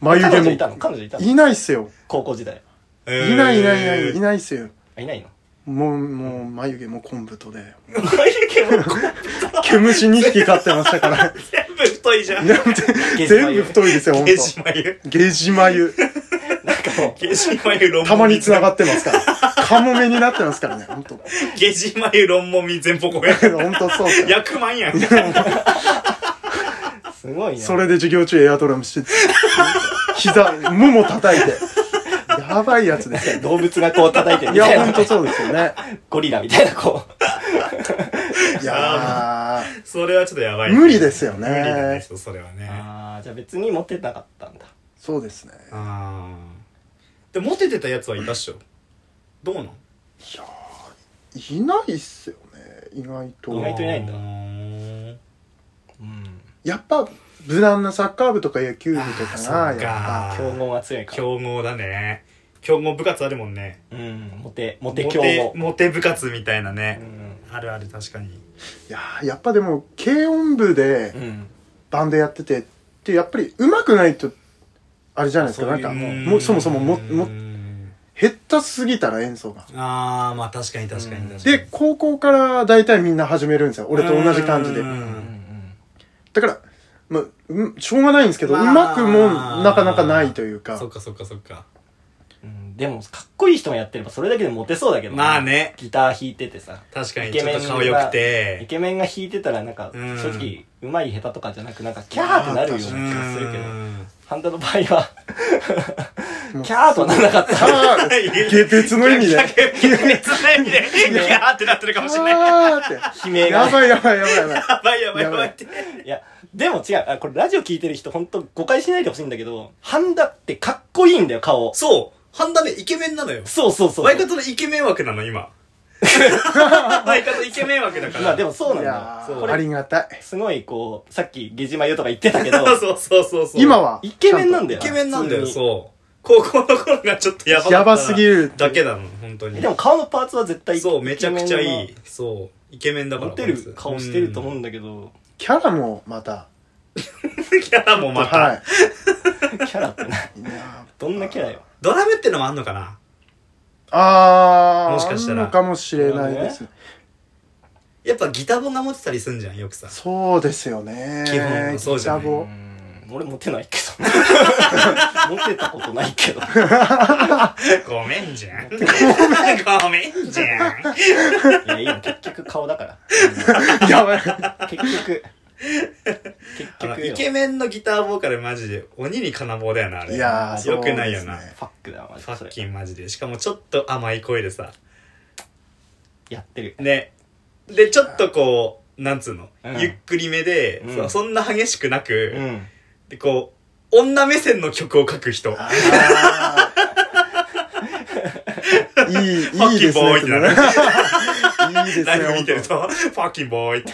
眉彼女い毛たも。の彼女いたのいないっすよ。高校時代。いないいないいない、いないっすよ。あいないのもう、もう、眉毛もコンブとで。眉毛も毛虫2匹飼ってましたから。全部太いじゃん。いや全部太いですよ、ほんとゲ。ジ眉。ゲジ眉。なんかもゲジ眉論もみ。たまに繋ががってますから。カモメになってますからね、ほんと。ゲジ眉論もみ前方後円墳。ほんとそうっすよ役満やん。う、すごいな。それで授業中エアドラムして、膝、もも叩いて。やばいやつですよ。動物がこう叩いてるいみたいや、な。ほんとそうですよね。ゴリラみたいな、こう。いやそれはちょっとやばいー、ね。無理ですよ無理なんでね。すよ、それはね。ああ、じゃあ別にモテなかったんだ。そうですね。あーでモテてたやつはいたっしょどうなんいないっすよね、意外と。意外といないんだだうん。やっぱ、無難なサッカー部とか野球部とあーかそな、っやかっ競合が強いから。強豪だね強豪部活あるもんねうん、モテ、モモテ強豪。モテ部活みたいなうね、ん。あるある確かにぱ。いやー、やっぱでも、軽音部でうん。バンドやってて、って、やっぱり上手くないと、あれじゃないですか、なんか、そういうもうそもそもも、うも、ん下手すぎたら演奏が。ああまあ確かに確かに確かにで、高校から大体みんな始めるんですよ。俺と同じ感じでう。うんんだから、まあ、うんしょうがないんですけど、うまあまくもなかなかないというかそっ。かそっかそっかうん。でも、かっこいい人もやってればそれだけでモテそうだけどなまあ。ねギター弾いててさ。確かイにケちメょンっと顔良くイてケメンが弾いてたらなんか、うん正直、うまい下手とかじゃなく、なんか、キャーってなるような気がするけどう。んハンダの場合は、もうキャーとはならなかった。あ ーげ別の意味で。逆逆別の意味で、ギャーってなってるかもしれ ない。あーっ悲て。鳴がや。ばいやばいやばいやばい。やばいやばいやばいって。いや、でも違う。あこれラジオ聞いてる人、ほんと誤解しないでほしいんだけど、ハンダってかっこいいんだよ、顔。そう、ハンダね、イケメンなのよ。そうそうそう。ワイカトのイケメン枠なの、 今。ワイカトイケメン枠だから。まあでもそうなんいだよや。そうーこあれ、りがたい。すごいこう、さっき、ゲジマユとか言ってたけど、 そうそうそうそう。今はイケメンなんだイよ。ケメンなんだよ、普通にそう。高校の頃がちょっとやばかったやばすぎるだけなの、本当にで。も顔のパーツは絶対そう、めちゃくちゃイケメンいい。そう、イケメンだかなら。モテる顔してると思ううんんだけど、キャラもまた。キャラもまた。はい。キャラってな、どんなキャラよ。ドラムってのもあんのかなあー、もしかしたらあんのかもしれないですね。やっぱギタボが持ってたりすんじゃん、よくさ。そうですよね。基本そうじゃないギうタボん俺モテないけど。 モテたことないけど。ごめんじゃん。ごめんじゃん。いや、いいの、結局顔だから。やばい。結局。結あの局よイ。ケメンのギターボーカルマジで鬼に金棒だよな、あれ。いやー、よくないよそうな。ですねファックだわ、マジフでァそッれ。キンマジで。しかもちょっと甘い声でさ。やってる。ね。で、ちょっとこう、なんつうの、うんゆっくりめで、うんそ、そんな激しくなく、うん。で、こう、女目線の曲を書く人。ファあーいい、いッいキでンすボーね。イってなる。いいですね。ライブ見てる本と、ファッキンボーイ って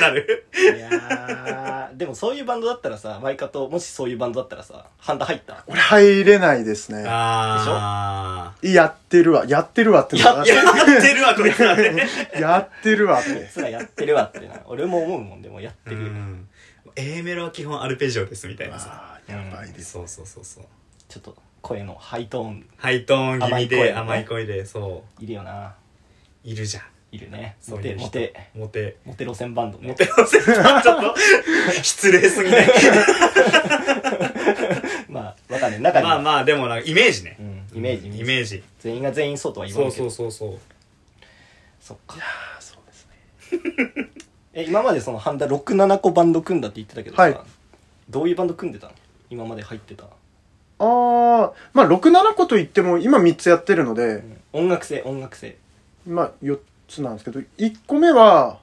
なる。いやー、でもそういうバンドだったらさ、マイカと、もしそういうバンドだったらさ、ハンダ入った当。俺入れないですね。あやってるわ。やってるわってのがやー。やってるわ、こいつらね。 やってるわって。そらやってるわってな。 俺も思うもんでもやってうるよ。ん。A メロは基本アルペジオです、みたいなさ。あーやばいです。そうそうそうそう。ちょっと声のハイトーンハイトーン気味で甘甘いい声でそいるよな。ういるじゃんいるね。そモうテ、いう人モテ、モテ モテ路線バンドねモ。テのせいちょっと失礼すぎないまあ、わかんない。中にまあは、まあでもなんかイメージねうんイメージイメージ全員が全員そうとは言わそないけどうそう。そうそうそっか。あーそうですね。 え、今までそのハンダ6、7個バンド組んだって言ってたけどはいさ、どういうバンド組んでたの今まで入ってた。あー、まあ、6、7個といっても、今3つやってるので、音楽性、音楽性。まあ、4つなんですけど、1個目は、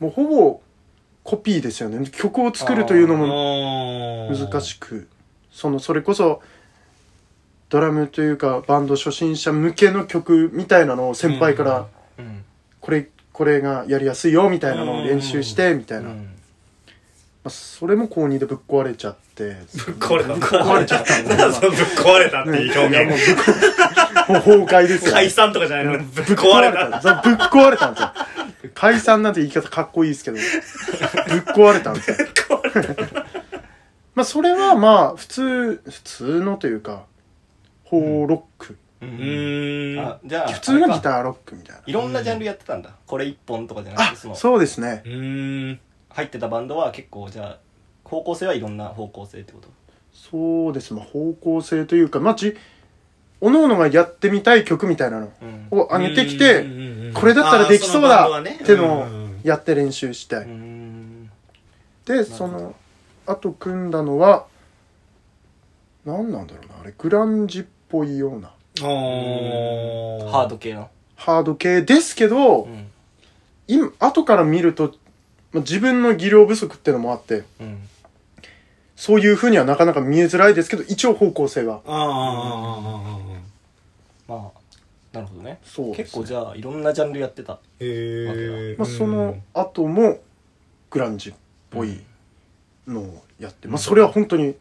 もうほぼコピーですよね。曲を作るというのも難難しくそのそれこそドラムというかバンド初心者向けの曲みたいなのを先輩かうらんうん。これこれがやりやすいよみたいなのを練習してみたういな、まん。あ、それも高2でぶっ壊れちゃってぶっ壊れたぶっ 壊れちゃったぶっ壊れたっていう表いやもう現ぶっもう崩壊ですよ、解ね。散とかじゃないのぶっ 壊れた。そうぶっ壊れたんですよ。解散なんて言い方かっこいいですけど、ぶっ壊れたんですよ。まあ、それはまあ、普通、普通のというか、ホーロック。ううんーんあ。じゃあ普通のギーターロックみたいな。いろんなジャンルやってたんだこれ一本とかじゃなくあてそのそうですねう。ーん。入ってたバンドは結構じゃあ方向性はいろんな方向性ってことそうです。まあ、方向性というか、まあ、じ、おのおのがやってみたい曲みたいなのうんを上げてきて、うんうんうんうんこれだったらできそあーうのバだンドはねってうのをんうんやって練習したういー。んでどそのあと組んだのは何なんだろうなあれグランジっぽいようなおハード系のハード系ですけど、うん今後から見るとまあ自分の技量不足ってのもあってうんそういうふうにはなかなか見えづらいですけど一応方向性がああまあなるほどねそうですね結構じゃあいろんなジャンルやってたへえまあ、その後もグランジっぽいのをやって、まあ、それは本当に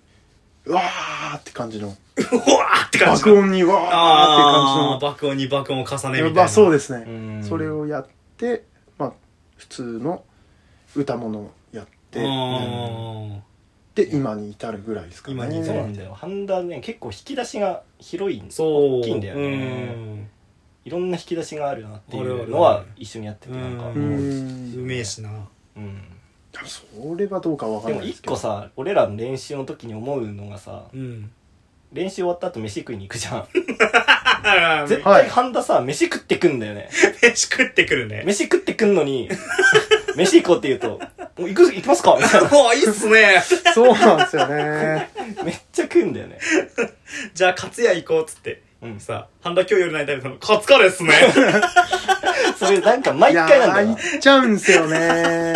うわーって感じのうわーって感じ爆音にわーってああ感爆音に爆音を重ねじみたのいなまあそうですね、うんそれをやって、まあ、普通の歌物をやって、うんで今に至るぐらいですかね今にそ至うるなんだよハンダね結構引き出しが広いんですそう大きいんだよねうんいろんな引き出しがあるなっていあるあうるのは一緒にやっててうんなんかもうううんんうめえしなうんそれはどうかわかでんなもいです一けど個さ俺らの練習の時に思うのがさ うん練習終わった後飯食いに行くじゃんああ絶飯対ハンダさ飯食ってくんだよね食ってくるね飯食ってくんのに 飯行こうって言うと「もう行く行きますか?」 みたいもういいっすねそうなんですよねなめっちゃ食うんだよね じゃあ勝也行こうっつってうんさ半田今日夜何食べたのカツカレー っすねそれなんか 毎いや回なんだーよ行なっちゃうんです よね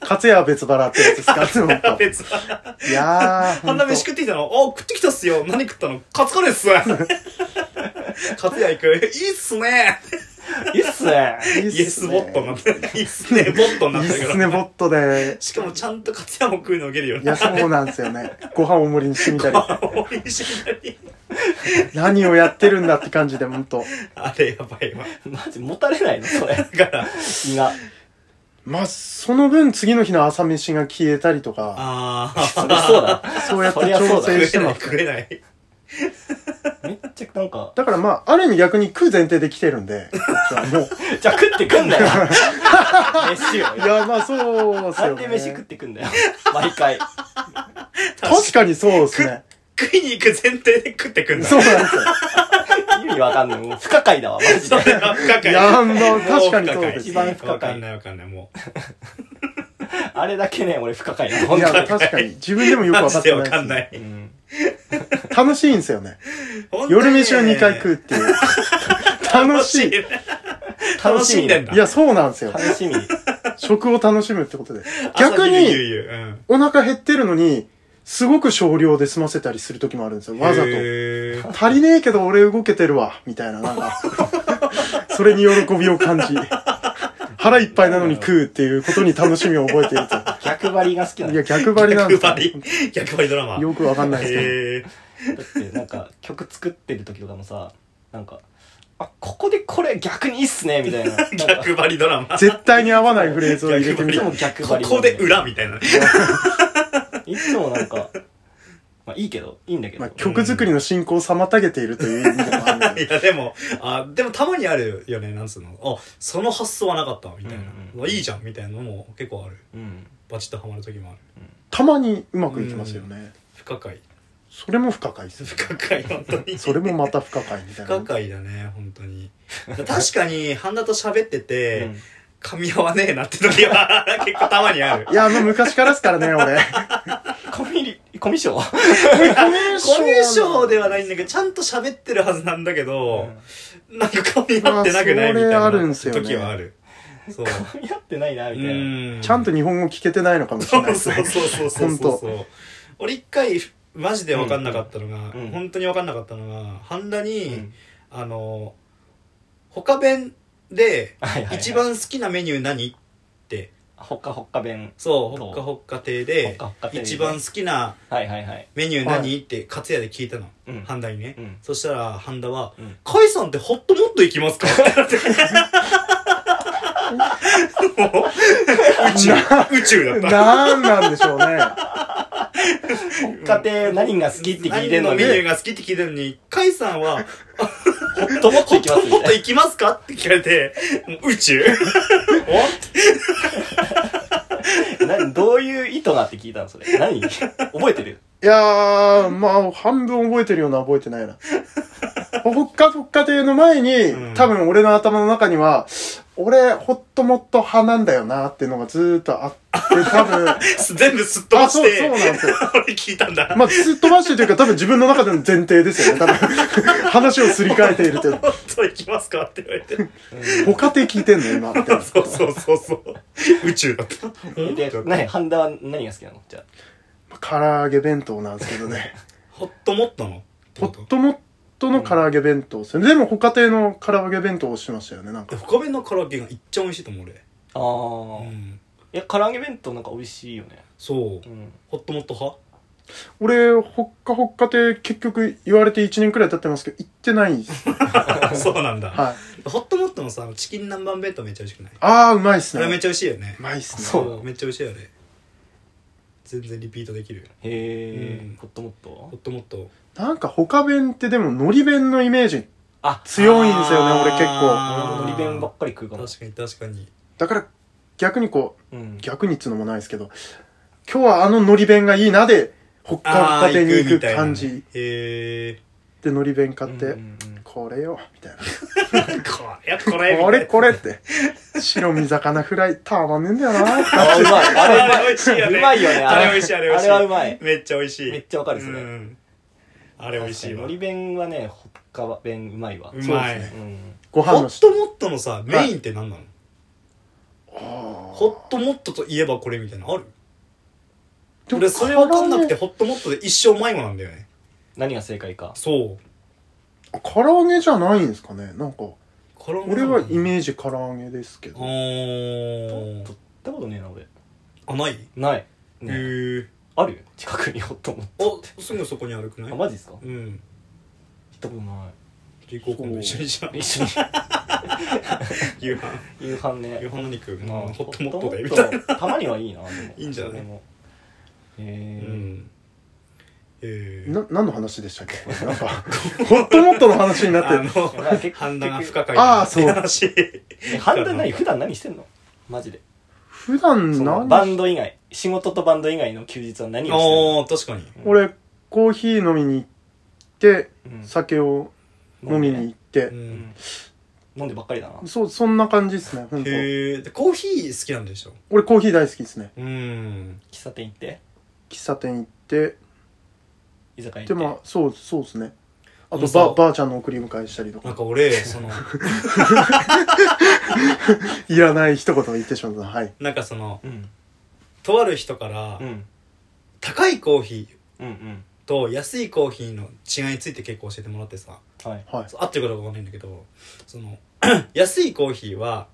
勝也は別腹ってやつですかで も別にいやー半田飯食ってきたのあ食ってきたっすよ何食ったのカツカレーっ す勝也行くいいっすねいいっすねいいっすイエスボットになってる。いいっすね、ボットにいなっいてるっかすねボら。ットでしかもちゃんとカツヤも食うの受けるよいね。やそうなんですよねご飯おもりにしてみたり おいしいなり何をやってるんだって感じで本当 あれやばいわ。マジ持たれないのそれだから、胃がまあその分次の日の朝飯が消えたりとかあそりゃそうだそうやってそりゃそうだ調整し食えてなまいす。食えない。めっちゃなんかだからまあ、ある意味逆に食う前提で来てる んで、こっちはもう。じゃあ食ってくんだよ飯をいや、まあそうっすなよ、んでね。飯食ってくんだよ毎回確かにそうですね。食いに行く前提で食ってくんだ。そうなんですよ。意味わかんないもう不可解だわマジでそれは不可解。いやまあ確かにそうもです一番不可解わかんないわかんない、もう。あれだけね俺不可解だ本い当や、に確かに。自分でもよくマ分かジっでてなわいかんなでうい。んす。楽しいんですよね。本当にね夜飯を2回食うっていう。楽しい。楽しんでんだ。いや、そうなんですよ楽。しみ食を楽しむってことで。朝逆昼夕に、夕、うんお腹減ってるのに、すごく少量で済ませたりする時もあるんですよ。わざと。へー足りねえけど俺動けてるわ、みたいな、なんか、それに喜びを感じ、腹いっぱいなのに食うっていうことに楽しみを覚えていると。逆張りが好きないのだや、逆張りなんです逆よ張。り。逆張りドラマ。よくわかんないですけど。へーってなんか曲作ってる時とかもさなんかあここでこれ逆にいいっすねみたいななんか 逆張りドラマ。絶対に合わないフレーズを入れてみいつたもい。逆張こりこで裏みたいな。いつもなんかまあいいけどいいんだけど、まあ、曲作りの進行を妨げているという意味でもあるんでいやでもあでもたまにあるよねなんつうのあその発想はなかったみたいな、うんうんまあいいじゃんみたいなのも結構あるうんバチッとハマる時もあるたまにうまくいきますよね。不可解それも不可解です。不可解本当にそれもまた不可解み不たい可な。解だね本当に確かに半田と喋ってて、噛み合わねえなって時は結構たまにあるいや、もう昔からですからね、俺。コミリコミショコミコミュ障ではないんだけどちゃんと喋ってるはずなんだけど、なんか噛み合ってなくないみたいあそれあなるんすよね時はあるそうやってないなみたいな、うちゃんと日本語聞けてないのかもしそれないうですそねう。そうそうそうそう俺一回マジで分かんなかったのが、うんうん本当に分かんなかったのが半田に、うんあの他弁ではいはいはい一番好きなメニュー何ってほっかほっか弁そうほっかほっか亭ほっでかほっか亭で一番好きなはいはいはいメニューは何って勝也で聞いたのうん半田にねうんそしたら半田はうん「甲斐さんってホットモットいきますか?」って言われてもう宇宙宇宙だったなんなんでしょうね。ほっか亭何が好きって聞いてんのに何メニューが好きって聞いてるのに、カイさ んは、ほっともっとホいッきますトみたいモッなト行きますかって聞かれて、宇宙何どういう意図があって聞いたのそれ何覚えてるいやー、まあ、半分覚えてるような覚えてない な。ほっかほっか亭の前に、ん多分俺の頭の中には、俺、ほっともっと派なんだよなっていうのがずーっとあって、多分、全部すっ飛ばしあそうそうなんてですよ、 俺聞いたんだ。まあ、すっ飛ばしてというか、多分自分の中での前提ですよね。多分、 話をすり替えているという。ホット行きますかって言われて。他手聞いてんの今、みたいな。そうそうそうそう。宇宙だった。で何ハンダは何が好きなのじゃ唐揚げ弁当なんですけどね。ホットモットのホットモットの唐揚げ弁当ですよね。でも、他手の唐揚げ弁当をしましたよね、なんか。で他弁のカラオケがいっちゃ美味しいと思う俺。ああー、ういん。や唐揚げ弁当なんか美味しいよねそうう。んホットモット派俺、ほっかほっかって結局言われて1年くらい経ってますけど、行ってないん です。あそうなんだ。はい。ホットモットのさ、チキン南蛮弁当めっちゃ美味しくないあー、うまいっすあれめっね。ちゃ美味しいよねう。まいっすね。そうめっちゃ美味しいよね全然リピートできるへえ、うんほっともっもとっともっとなんか他弁ってでも、海苔弁のイメージあ強いんですよね、あー俺結構。あーのり弁ばっかり食うかも確かに確かにだから、逆にこう、うん逆にっつうのもないですけど、今日はあの海苔弁がいいなで、ほっかほっかーてに行みくたいな感ねじへえで海苔弁買っうんうてん、うんこれよ、みたいこれこれみたいな。なこれこれって。白身魚フライたまんねえんだよな。あう まいあれうあまれい美味しいよねうまいよねあれ美味しいあれ美味しいあれはうまいめっちゃ美味しいめっちゃわかるっすねうんあれ美味しいわのり弁はねほっか弁うまいわうまいそうですうんごホ飯のットモットのさメインって何なのあーホットモットといえばこれみたいなのあるでも俺それわかんなくて唐ホットモットで一生迷子なんだよね何が正解かそう揚げ唐揚げじゃないんですかねなんか俺はイージメージ唐揚げですけあどー取ったことねえな俺あないへない、ね、えある近くにほっともっとあすぐそこに歩くないあマジですか行うんったことないリコ君と一緒にじ ゃん一緒に夕飯夕飯ね夕飯何食うままああホットモットでみホたッいトなモットたまにはいいなでもいいんじゃないでもうえーんええな何の話でしたっけこれなんか ホットモットの話になってあるのまあ結局判断が不可解あーそうって話え半田何普段何してんのマジで普段その何バンド以外仕事とバンド以外の休日は何をしてるああ確かに俺コーヒー飲みに行ってうん酒を飲みに行っうて、うんん飲んでばっかりだなそうそんな感じですね本当へえでコーヒー好きなんでしょ俺コーヒー大好きですねうん喫茶店行って喫茶店行って居酒屋行ってでまあそうそうですねああとのさばばあちゃんの送り迎えしたりとなんかか俺そのいらない一言言ってしまったはいなんかそのうんとある人からうん高いコーヒーうんうんと安いコーヒーの違いについて結構教えてもらってさはいはいそう合ってるかどうかわかんないんだけどその 安いコーヒーは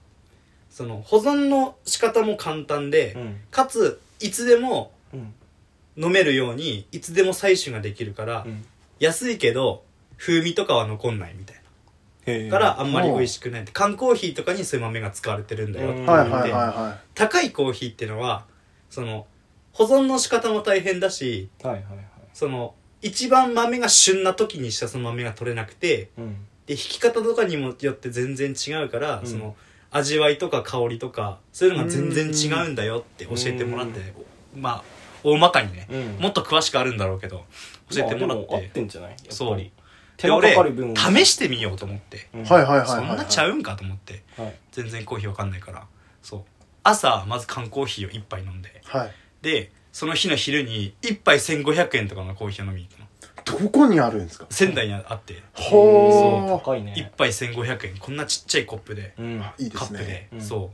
その保存の仕方も簡単で、うんかついつでもうん飲めるようにいつでも採取ができるから、うん安いけど風味とかは残んないみたいへなえからあんまり美味しくないって缶コーヒーとかにそういう豆が使われてるんだよって言っうて、んはいはいはいは高いコーヒーってのはその保存の仕方も大変だしはいはいはいその一番豆が旬な時にしかその豆が取れなくてうんで弾き方とかにもよって全然違うから、うんその味わいとか香りとかそういうのが全然違うんだよって教えてもらってまあ大まかにね、うんもっと詳しくあるんだろうけど教えてもらっまあで合っててんじゃないやっぱりそう手で間かかる俺分試してみようと思って、うんいはいはいはいそんはいなちゃうんかと思ってはい全然コーヒーわかんないからそう朝まず缶コーヒーを1杯飲んではいでその日の昼に1杯1500円とかのコーヒーを飲みに行ったのどこにあるんですか仙台にあってそうほ高い1ね杯1500円こんなちっちゃいコップでうんーいいでカッすプねで、うんそ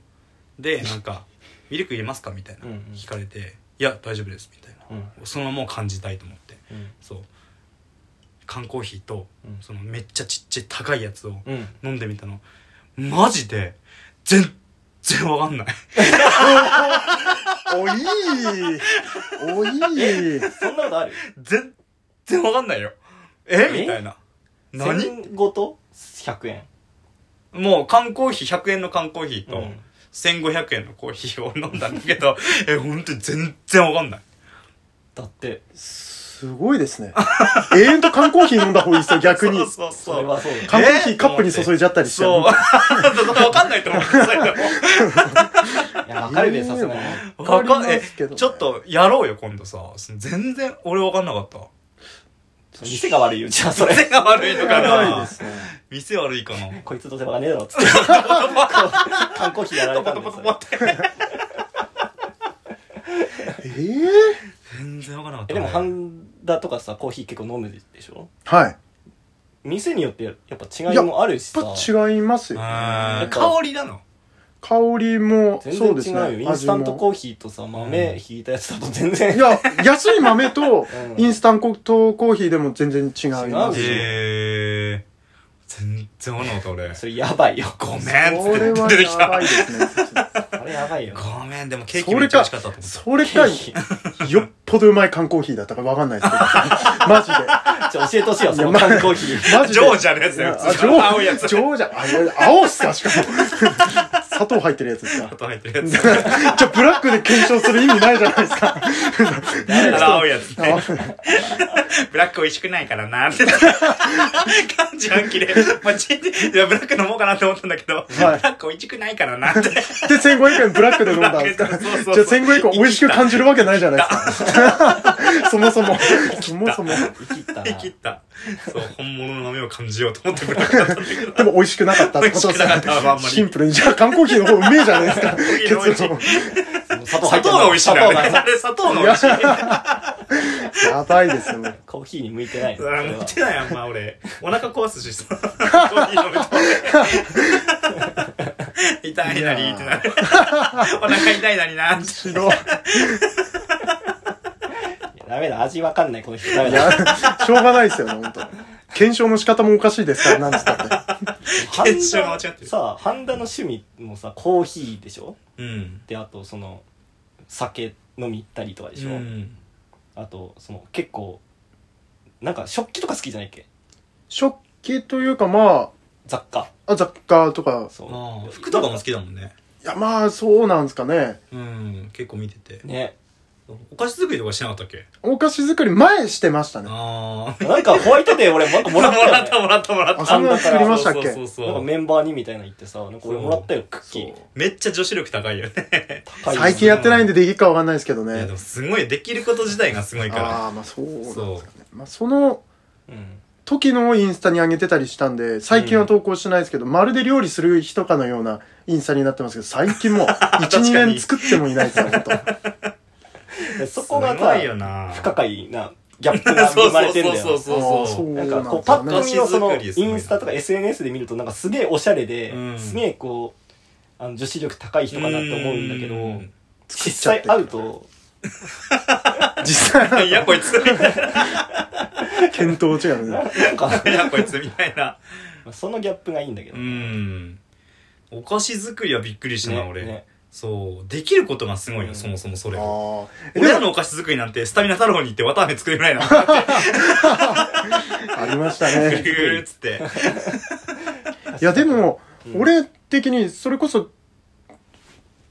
うでなんか「ミルク入れますか?」みたいな、うんうん聞かれて「いや大丈夫です」みたいなうんそのままを感じたいと思ってうんそう缶コーヒーとうんそのめっちゃちっちゃい高いやつをうん飲んでみたのマジで全全然わかんない。 そおいおいんなことある全然わかんないよ。ええみたいな。何何ごと100円もう缶コーヒー、100円の缶コーヒーうとん、 1500円のコーヒーを飲んだんだけど、 え、本当に全然わかんない。だってすごいですね。永遠と缶コーヒー飲んだ方がいいですよ、逆にそう。そそうそれう。はそうだね缶コーヒーカップに注いじゃったりして。そう。わかんないと思うんですけいやわかるでさすがにど。わ わかかんりまえすけどねちょっとやろうよ、今度さ。その全然俺わかんなかった。店が悪いよじゃあそれ 店が悪いのかやばいなですね。店悪いかなこいつどうせわかねえだろっつって缶コーヒーやられポたトんでポトすポよトって。ええ全然わかんなかっえた。でもハンダとかさコーヒー結構飲むでしょはい。店によってやっぱ違いもあるしさやっぱ違いますよ。あーやっぱ香りなの香りも、そう全です然違うよ、ね。インスタントコーーヒーとさ豆引いたやつだと全然いや、安い豆 とう、んインスタントコーヒーでも全然違いま違すうよよ。へえ。全然わかんなかった 俺。それやばいよごめんっそれつっはて出てきやばたい。ですね。あれやばいよごめん、でもケーキそめれっちゃ美味か、しかったと思った。それケかー、キよっぽどうまい缶コーヒーだったかわかんないですけど。 マジで。ちょ教えてほしいよそのいやま缶コーヒーマジで。ジョージャのやつだよ、あ普ジ通ョのー青いやつ。ジちょョージャあれ青っすかしかも。 砂糖入ってるやつですかっ。と入ってるやつ。じゃあ、ブラックで検証する意味ないじゃないで すか。あの青いやつね。あブラック美味しくないからな、って。感じ暗記で。まあ、ちんいや、ブラック飲もうかなって思ったんだけど、ブラック美味しくないからな、って。で、1500円ブラックで飲んだんですから。ブじラックでそうゃあ、そうそう1500円美味しく感じるわけないじゃないですか。そもそも。そもそも。生きったな言い切った。そう、本物の豆を感じようと思 ってブラックだったんだけど。でも美味しくなかったってことで美味しくなかったわあんますね。りシンプルに。じゃあ、缶コーヒーの方うめえじゃないですか。結論。砂糖入っ砂て糖るが美味しいんだよ砂ね。糖があれ砂糖が美味しい。やばいですよね。コーヒーに向いてないのそれあは向いてないあんま俺お腹壊すし さコーヒー飲むと俺痛いなりってな るお腹痛いなりなってひどい。いやダメだ味わかんないこの人ダメいだや、しょうがないですよね、本当検証の仕方もおかしいですから、なんつったって。ハン検証が間違ってダるさあハンダの趣味もさコーヒーでしょうんであとその酒飲み行ったりとかでしょ、うんあとその結構なんか食器とか好きじゃないっけ食器というか、ま雑貨あ、あ雑貨とか、そあうあ服とかも好きだもんねいや、まあ、そうなんですかね。うん結構見ててねお菓子作りとかしなかったっけお菓子作り前してましたね。ああなんかホワイトデー俺なんかも もららっっよ、ね、たたもらったもらったあ、そんなの作りましたっそうけそうなんそかうメンバーにみたいなの言ってさなんか俺もらったよクッキーそうめっちゃ女子力高いよね高いよね最近やってないんでできるかわかんないですけどいやで。ねもすごいできること自体がすごいからああ、まあそうなんですかねそう。まあそのうん時のインスタに上げてたりしたんで、最近は投稿してないですけど、まるで料理する人かのようなインスタになってますけど、最近も う1、2かに年作ってもいないですよ、 本当でそそこがすごさいよな不可解なギャップが生まれてんだよ そうそうそうそうあなーんかこうパそうッなんとで見をそのお菓子作りすごいイなンスタとか SNS で見るとなんかすげえおしゃれで、うんすげえこうあの女子力高い人かなって思うんだけど、うん実際会うとす よね。実際、いやこいつみたいな検討違う ね。なんかいやこいつみたいなそのギャップがいいんだけど、うんお菓子作りはびっくりしたな、俺、ねそうできることがすごいよ、うんそもそもそれああ。俺らのお菓子作りなんてスタミナ太郎に行って綿飴作れぐらいなのありましたぐる ぐね。るっつっていや、でも、俺的に、それこそ、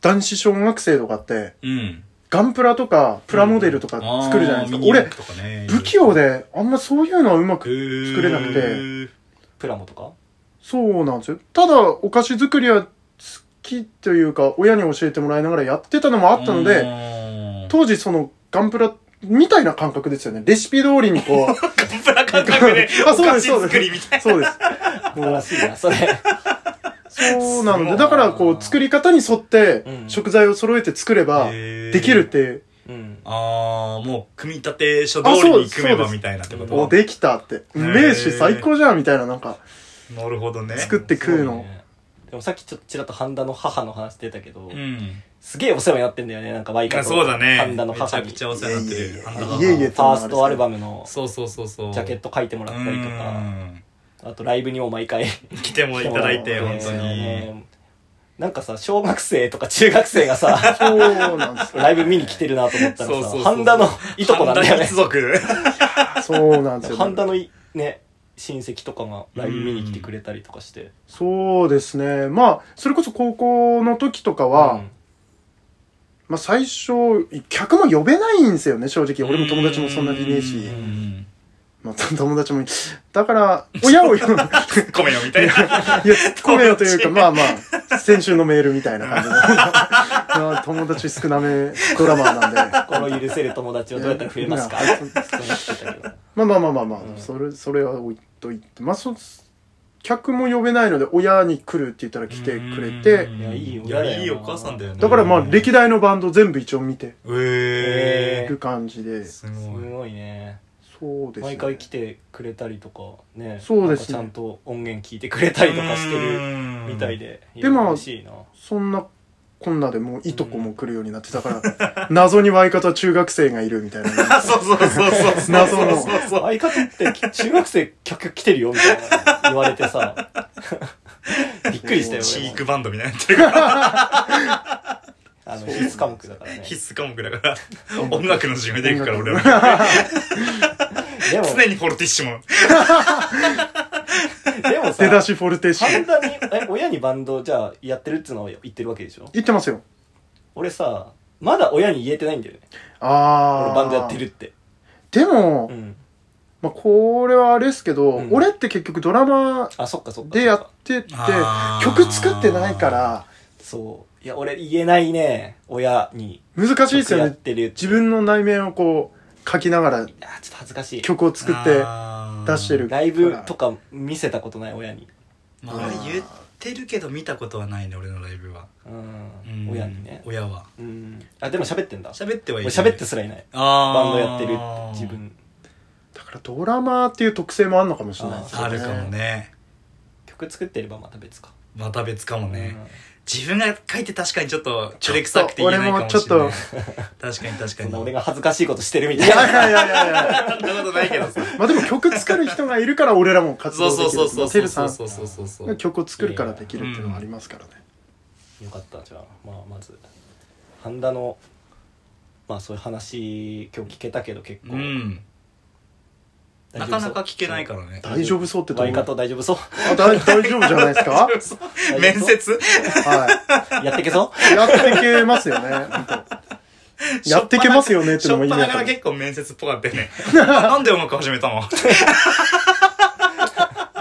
男子小学生とかって、うんガンプラとか、プラモデルとか作るじゃないですか。俺、俺不器用で、あんまそういうのはうまく、作作れなくてプラモとかそうなんですよ。ただ、お菓子作りは好きというか、親に教えてもらいながらやってたのもあったので、で当時その、ガンプラ、みたいな感覚ですよね。レシピ通りにこ ガう。ンプラ感覚でおあそうで菓す子作りみたいなそうです。新しいなそれそうなすのごで、いだからこう、作り方に沿ってう、ん食材を揃えて作れば、へーできるって、うんああもう組み立て書通ありそうでにす組めばそうでみすたいなってこお、とできたって。うめえし、最高じゃんみたいな、なんか。なるほどね作って食うのそねでもさっきちょっとちらっと半田の母の話出たけど、うんすげえお世話になってんだよねなんかワイカあとそうだね半田のめち母ゃにくちゃお世話になってるあんたいえいえファーストアルバムのそうそうそうそうジャケット書いてもらったりとかうんあとライブにも毎回 来てもいただいてそう本当にねなんかさ、小学生とか中学生がさ、 そうなんですよ。ライブ見に来てるなと思ったそうらそうそうさ、ハンダのいとこなんだよ半ね田一。族。 そうなんですよ。ハンダのいね、親戚とかがライブ見に来てくれたりとかして。そうですね。まあ、それこそ高校の時とかは、まあ最初、客も呼べないんですよね、正直。俺も友達もそんなにいねえし。うんまあ、友達もいだから、親 を呼ぶ。ごめんよ、みたいな。いや、突っ込めよというか、まあまあ、先週のメールみたいな感じの。 まあ友達少なめドラマーなんで。心許せる友達はどうやったら増えますかいっやて思ってたけど。まあまあまあまあまあ、うんそれ、それは置いといて。まあ、そう、客も呼べないので、親に来るって言ったら来てくれて、いやいいい親だよなや、いいお母さんだよね。だからまあ、歴歴代のバンド全部一応見てええる感じでー。、すすごい。ごいね。そうですね。毎回来てくれたりとか、ね。そうですねなんかちゃんと音源聞いてくれたりとかしてるみたいで。で。でも嬉しいな。そんな、こんなでもういとこも来るようになって、だから、 謎に相方中学生がいるみたいな。 あそうそうそうそうそう。謎のそうそうそう。相方って中学生客来てるよみたいな言われてさ びっくりしたよチ俺ーもクバンドみたいになってるから。あの必須科目だからね必須科目だから。音楽の授業でいくから、俺は。でも常にフォルティッシモ。でもさ出だしフォルテッシ簡ュ。単にえ親にバンドじゃあやってるっつうのは言ってるわけでしょ言ってますよ。俺さまだ親に言えてないんだよねあ俺あ。バンドやってるってでも、うんまあ、これはあれですけど、うん俺って結局ドラマあそっかそっかでやっててあー曲作ってないからそういや俺言えないね親に難しいですやよっねてる自分の内面をこう書きながらあちょっと恥ずかしい曲を作って出してるライブとか見せたことない親にまあ言ってるけど見たことはないね俺のライブは、うんうん親にね親はうんあでも喋ってんだ喋ってはい俺る喋ってすらいないあーバンドやってるって自分だからドラマーっていう特性もあるのかもしれないですよねあるかもね曲作ってればまた別かまた別かもね、うん自分が書いて確かにちょっとち照ょっとれくさくて言えないかもしれない俺もち確かに確かそんにな俺がが恥ずかしいことしてるみたいいやないやいやいやいやそんなことないけどさまあでも曲作る人がいるから俺らも活そう動できそるうそうそうまあテそうルさそうんそうそうそうが曲を作るからできるっていうのもありますからね、よかったじゃあ、まあ、まずハンダのまあそういう話今日聞けたけど結構、うんなかなか聞けないからね大丈夫そうってどうワイカと大丈夫そうあ大大丈夫じゃないですか夫 面接はやってけそう いやってけますよね本当やってけますよねってのもいいねしょっぱなから結構面接っぽかったよ ねなんで音楽始めたの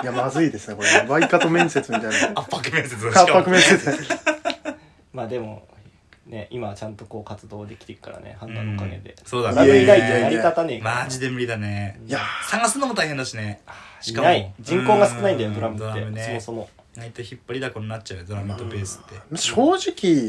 いや、まずいですね、これ。ワイカト面接みたいな。圧迫面接しカかッパクも面接。まあでもね今はちゃんとこう活動できてるからねハンダのおかげで、うんそうだねラブ以外って成り立たねえからマジで無理だねいや探すのも大変だしねしかいないも人口が少ないんだようドラムってドラムねそもそも、ないと引っ張りだこになっちゃうよドラムとベースってー正う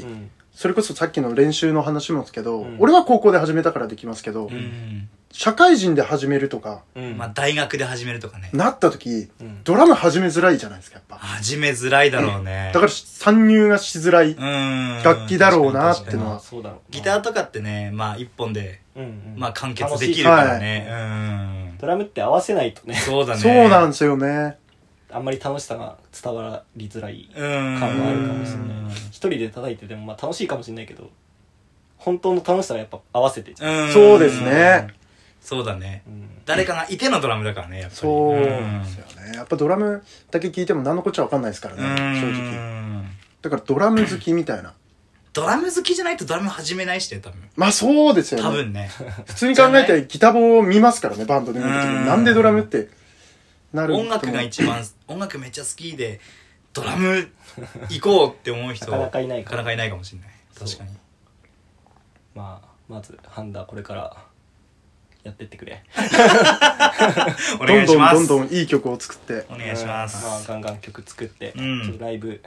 直、ん、それこそさっきの練習の話もですけどうん、俺は高校で始めたからできますけどう、ん社会人で始めるとか、うんまあ大学で始めるとかねなった時うん、ドラム始めづらいじゃないですか、やっぱ。始めづらいだろうねだから、参入がしづらい。うん楽器だろうなってのまはあそうだろうギターとかってねまあ一本でうんうんまあ完結できるからねうんドラムって合わせないとねそうだねそうなんんですよね。あんまり楽しさが伝わりづらいう感んはあるかもしれない一人で叩いててもまあ楽しいかもしれないけど本当の楽しさはやっぱ合わせてじゃんうんそうですねそうだねうん誰かがいてのドラムだからねやっぱりそうなんんですよね。やっぱドラムだけ聞いても何のこっちゃわかんないですからね、正直。うんだからドラム好きみたいな。ドラム好きじゃないとドラム始めないしね多分まあそうですよね。多分ね普通に考えたらギタボを見ますからね、バンドで見るときうんに。なんでドラムってなる音楽が一番音楽めっちゃ好きでドラム行こうって思う人なかなかいないなかからなかいないかもしれないそう確かにまあまずハンダこれからやってってくれおど願んいしどんますどんどんいい曲を作って。お願いしまうんまあすガンガン曲作ってうんちょっとライブ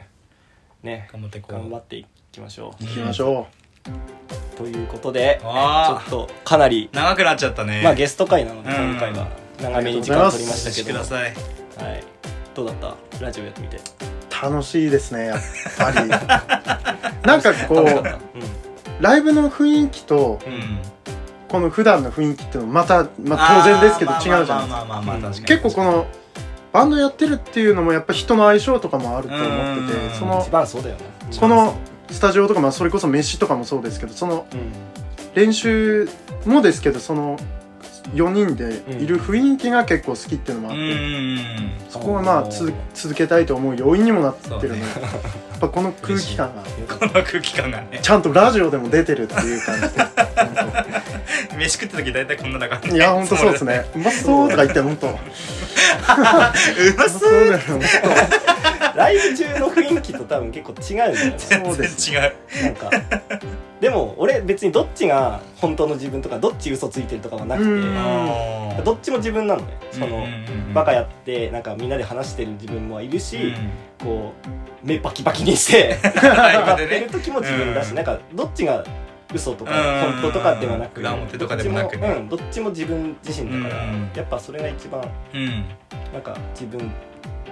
ね頑張ってこ頑張うっていきましょいきましょうということでちょあっとかなり長くなっちゃったねまあゲスト会なのでうん今回は長めに時間を取りましおた待ちけくどださいはいどうだったラジオやってみてう。楽しいですね、やっぱり。なんかこ楽しかったう、ライブの雰囲気と、ううんんこの普段の雰囲気ってのまた、まあ当然ですけど違うじゃないですまあまあまあまあまあまあ確かか。に結構この、バンドやってるっていうのもやっぱ人の相性とかもあると思ってうんてそうんの一番そうだよねこのスタジオとか、まあ、それこそ飯とかもそうですけどそのうん練習もですけどその4人でいる雰囲気が結構好きっていうのもあうっんて、うんそこはまあつづ続けたいと思う要因にもなってるので、やっぱこの空気感がこの空気感が ねちゃんとラジオでも出てるっていう感じで本飯食った時大体こんなだから当いやほんと そうですねうまそうとか言ってほんとう うままそうそうだよねライブ中の雰囲気と多分結構違うんだよねそうで全す然違うなんかでも俺別にどっちが本当の自分とかどっち嘘ついてるとかはなくうんてどっちも自分なのねそのバカややってなんかみんなで話してる自分もいるし、しこう目バキバキにしてライブやでってねる時も自分だし、うんなんかどっちが嘘とかうん本当とかではなく裏表とかでもなくねどっちもうん、どっちも自分自身だから、うんやっぱそれが一番うんなんか自分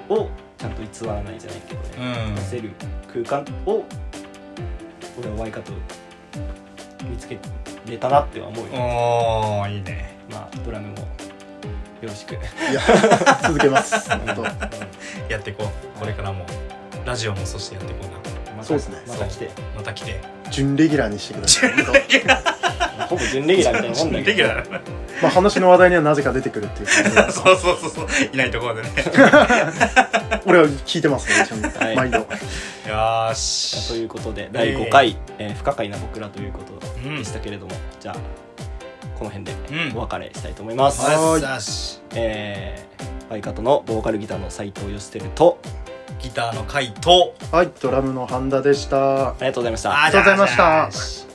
をちゃんと偽らないじゃないけどうね、ん出せる空間を俺はワイカと見つけれたなっては思うよ、おーいいねまあドラムもよろしくいや続けます本当やっていこうこれからもラジオもそしてやっていこうなまたそうですねまた来てまた来て準レギュラーにしてください本当ほぼ準レギュラーみたいなもんだレギけュどラーだなまあ話の話題にはなぜか出てくるっていう感 じでそうそうそうそういないところでね俺は聞いてますねちゃんと、はい毎度よーとしいうことで第5回、えー不可解な僕らということうんでしたけれども、じゃあこの辺でうんお別れしたいと思います、はーいよしえーバイカトのボーカルギターの斉藤義輝とギターの回答はいドラムの半田でしたありがとうございましたありがとうございましたじゃあじゃあ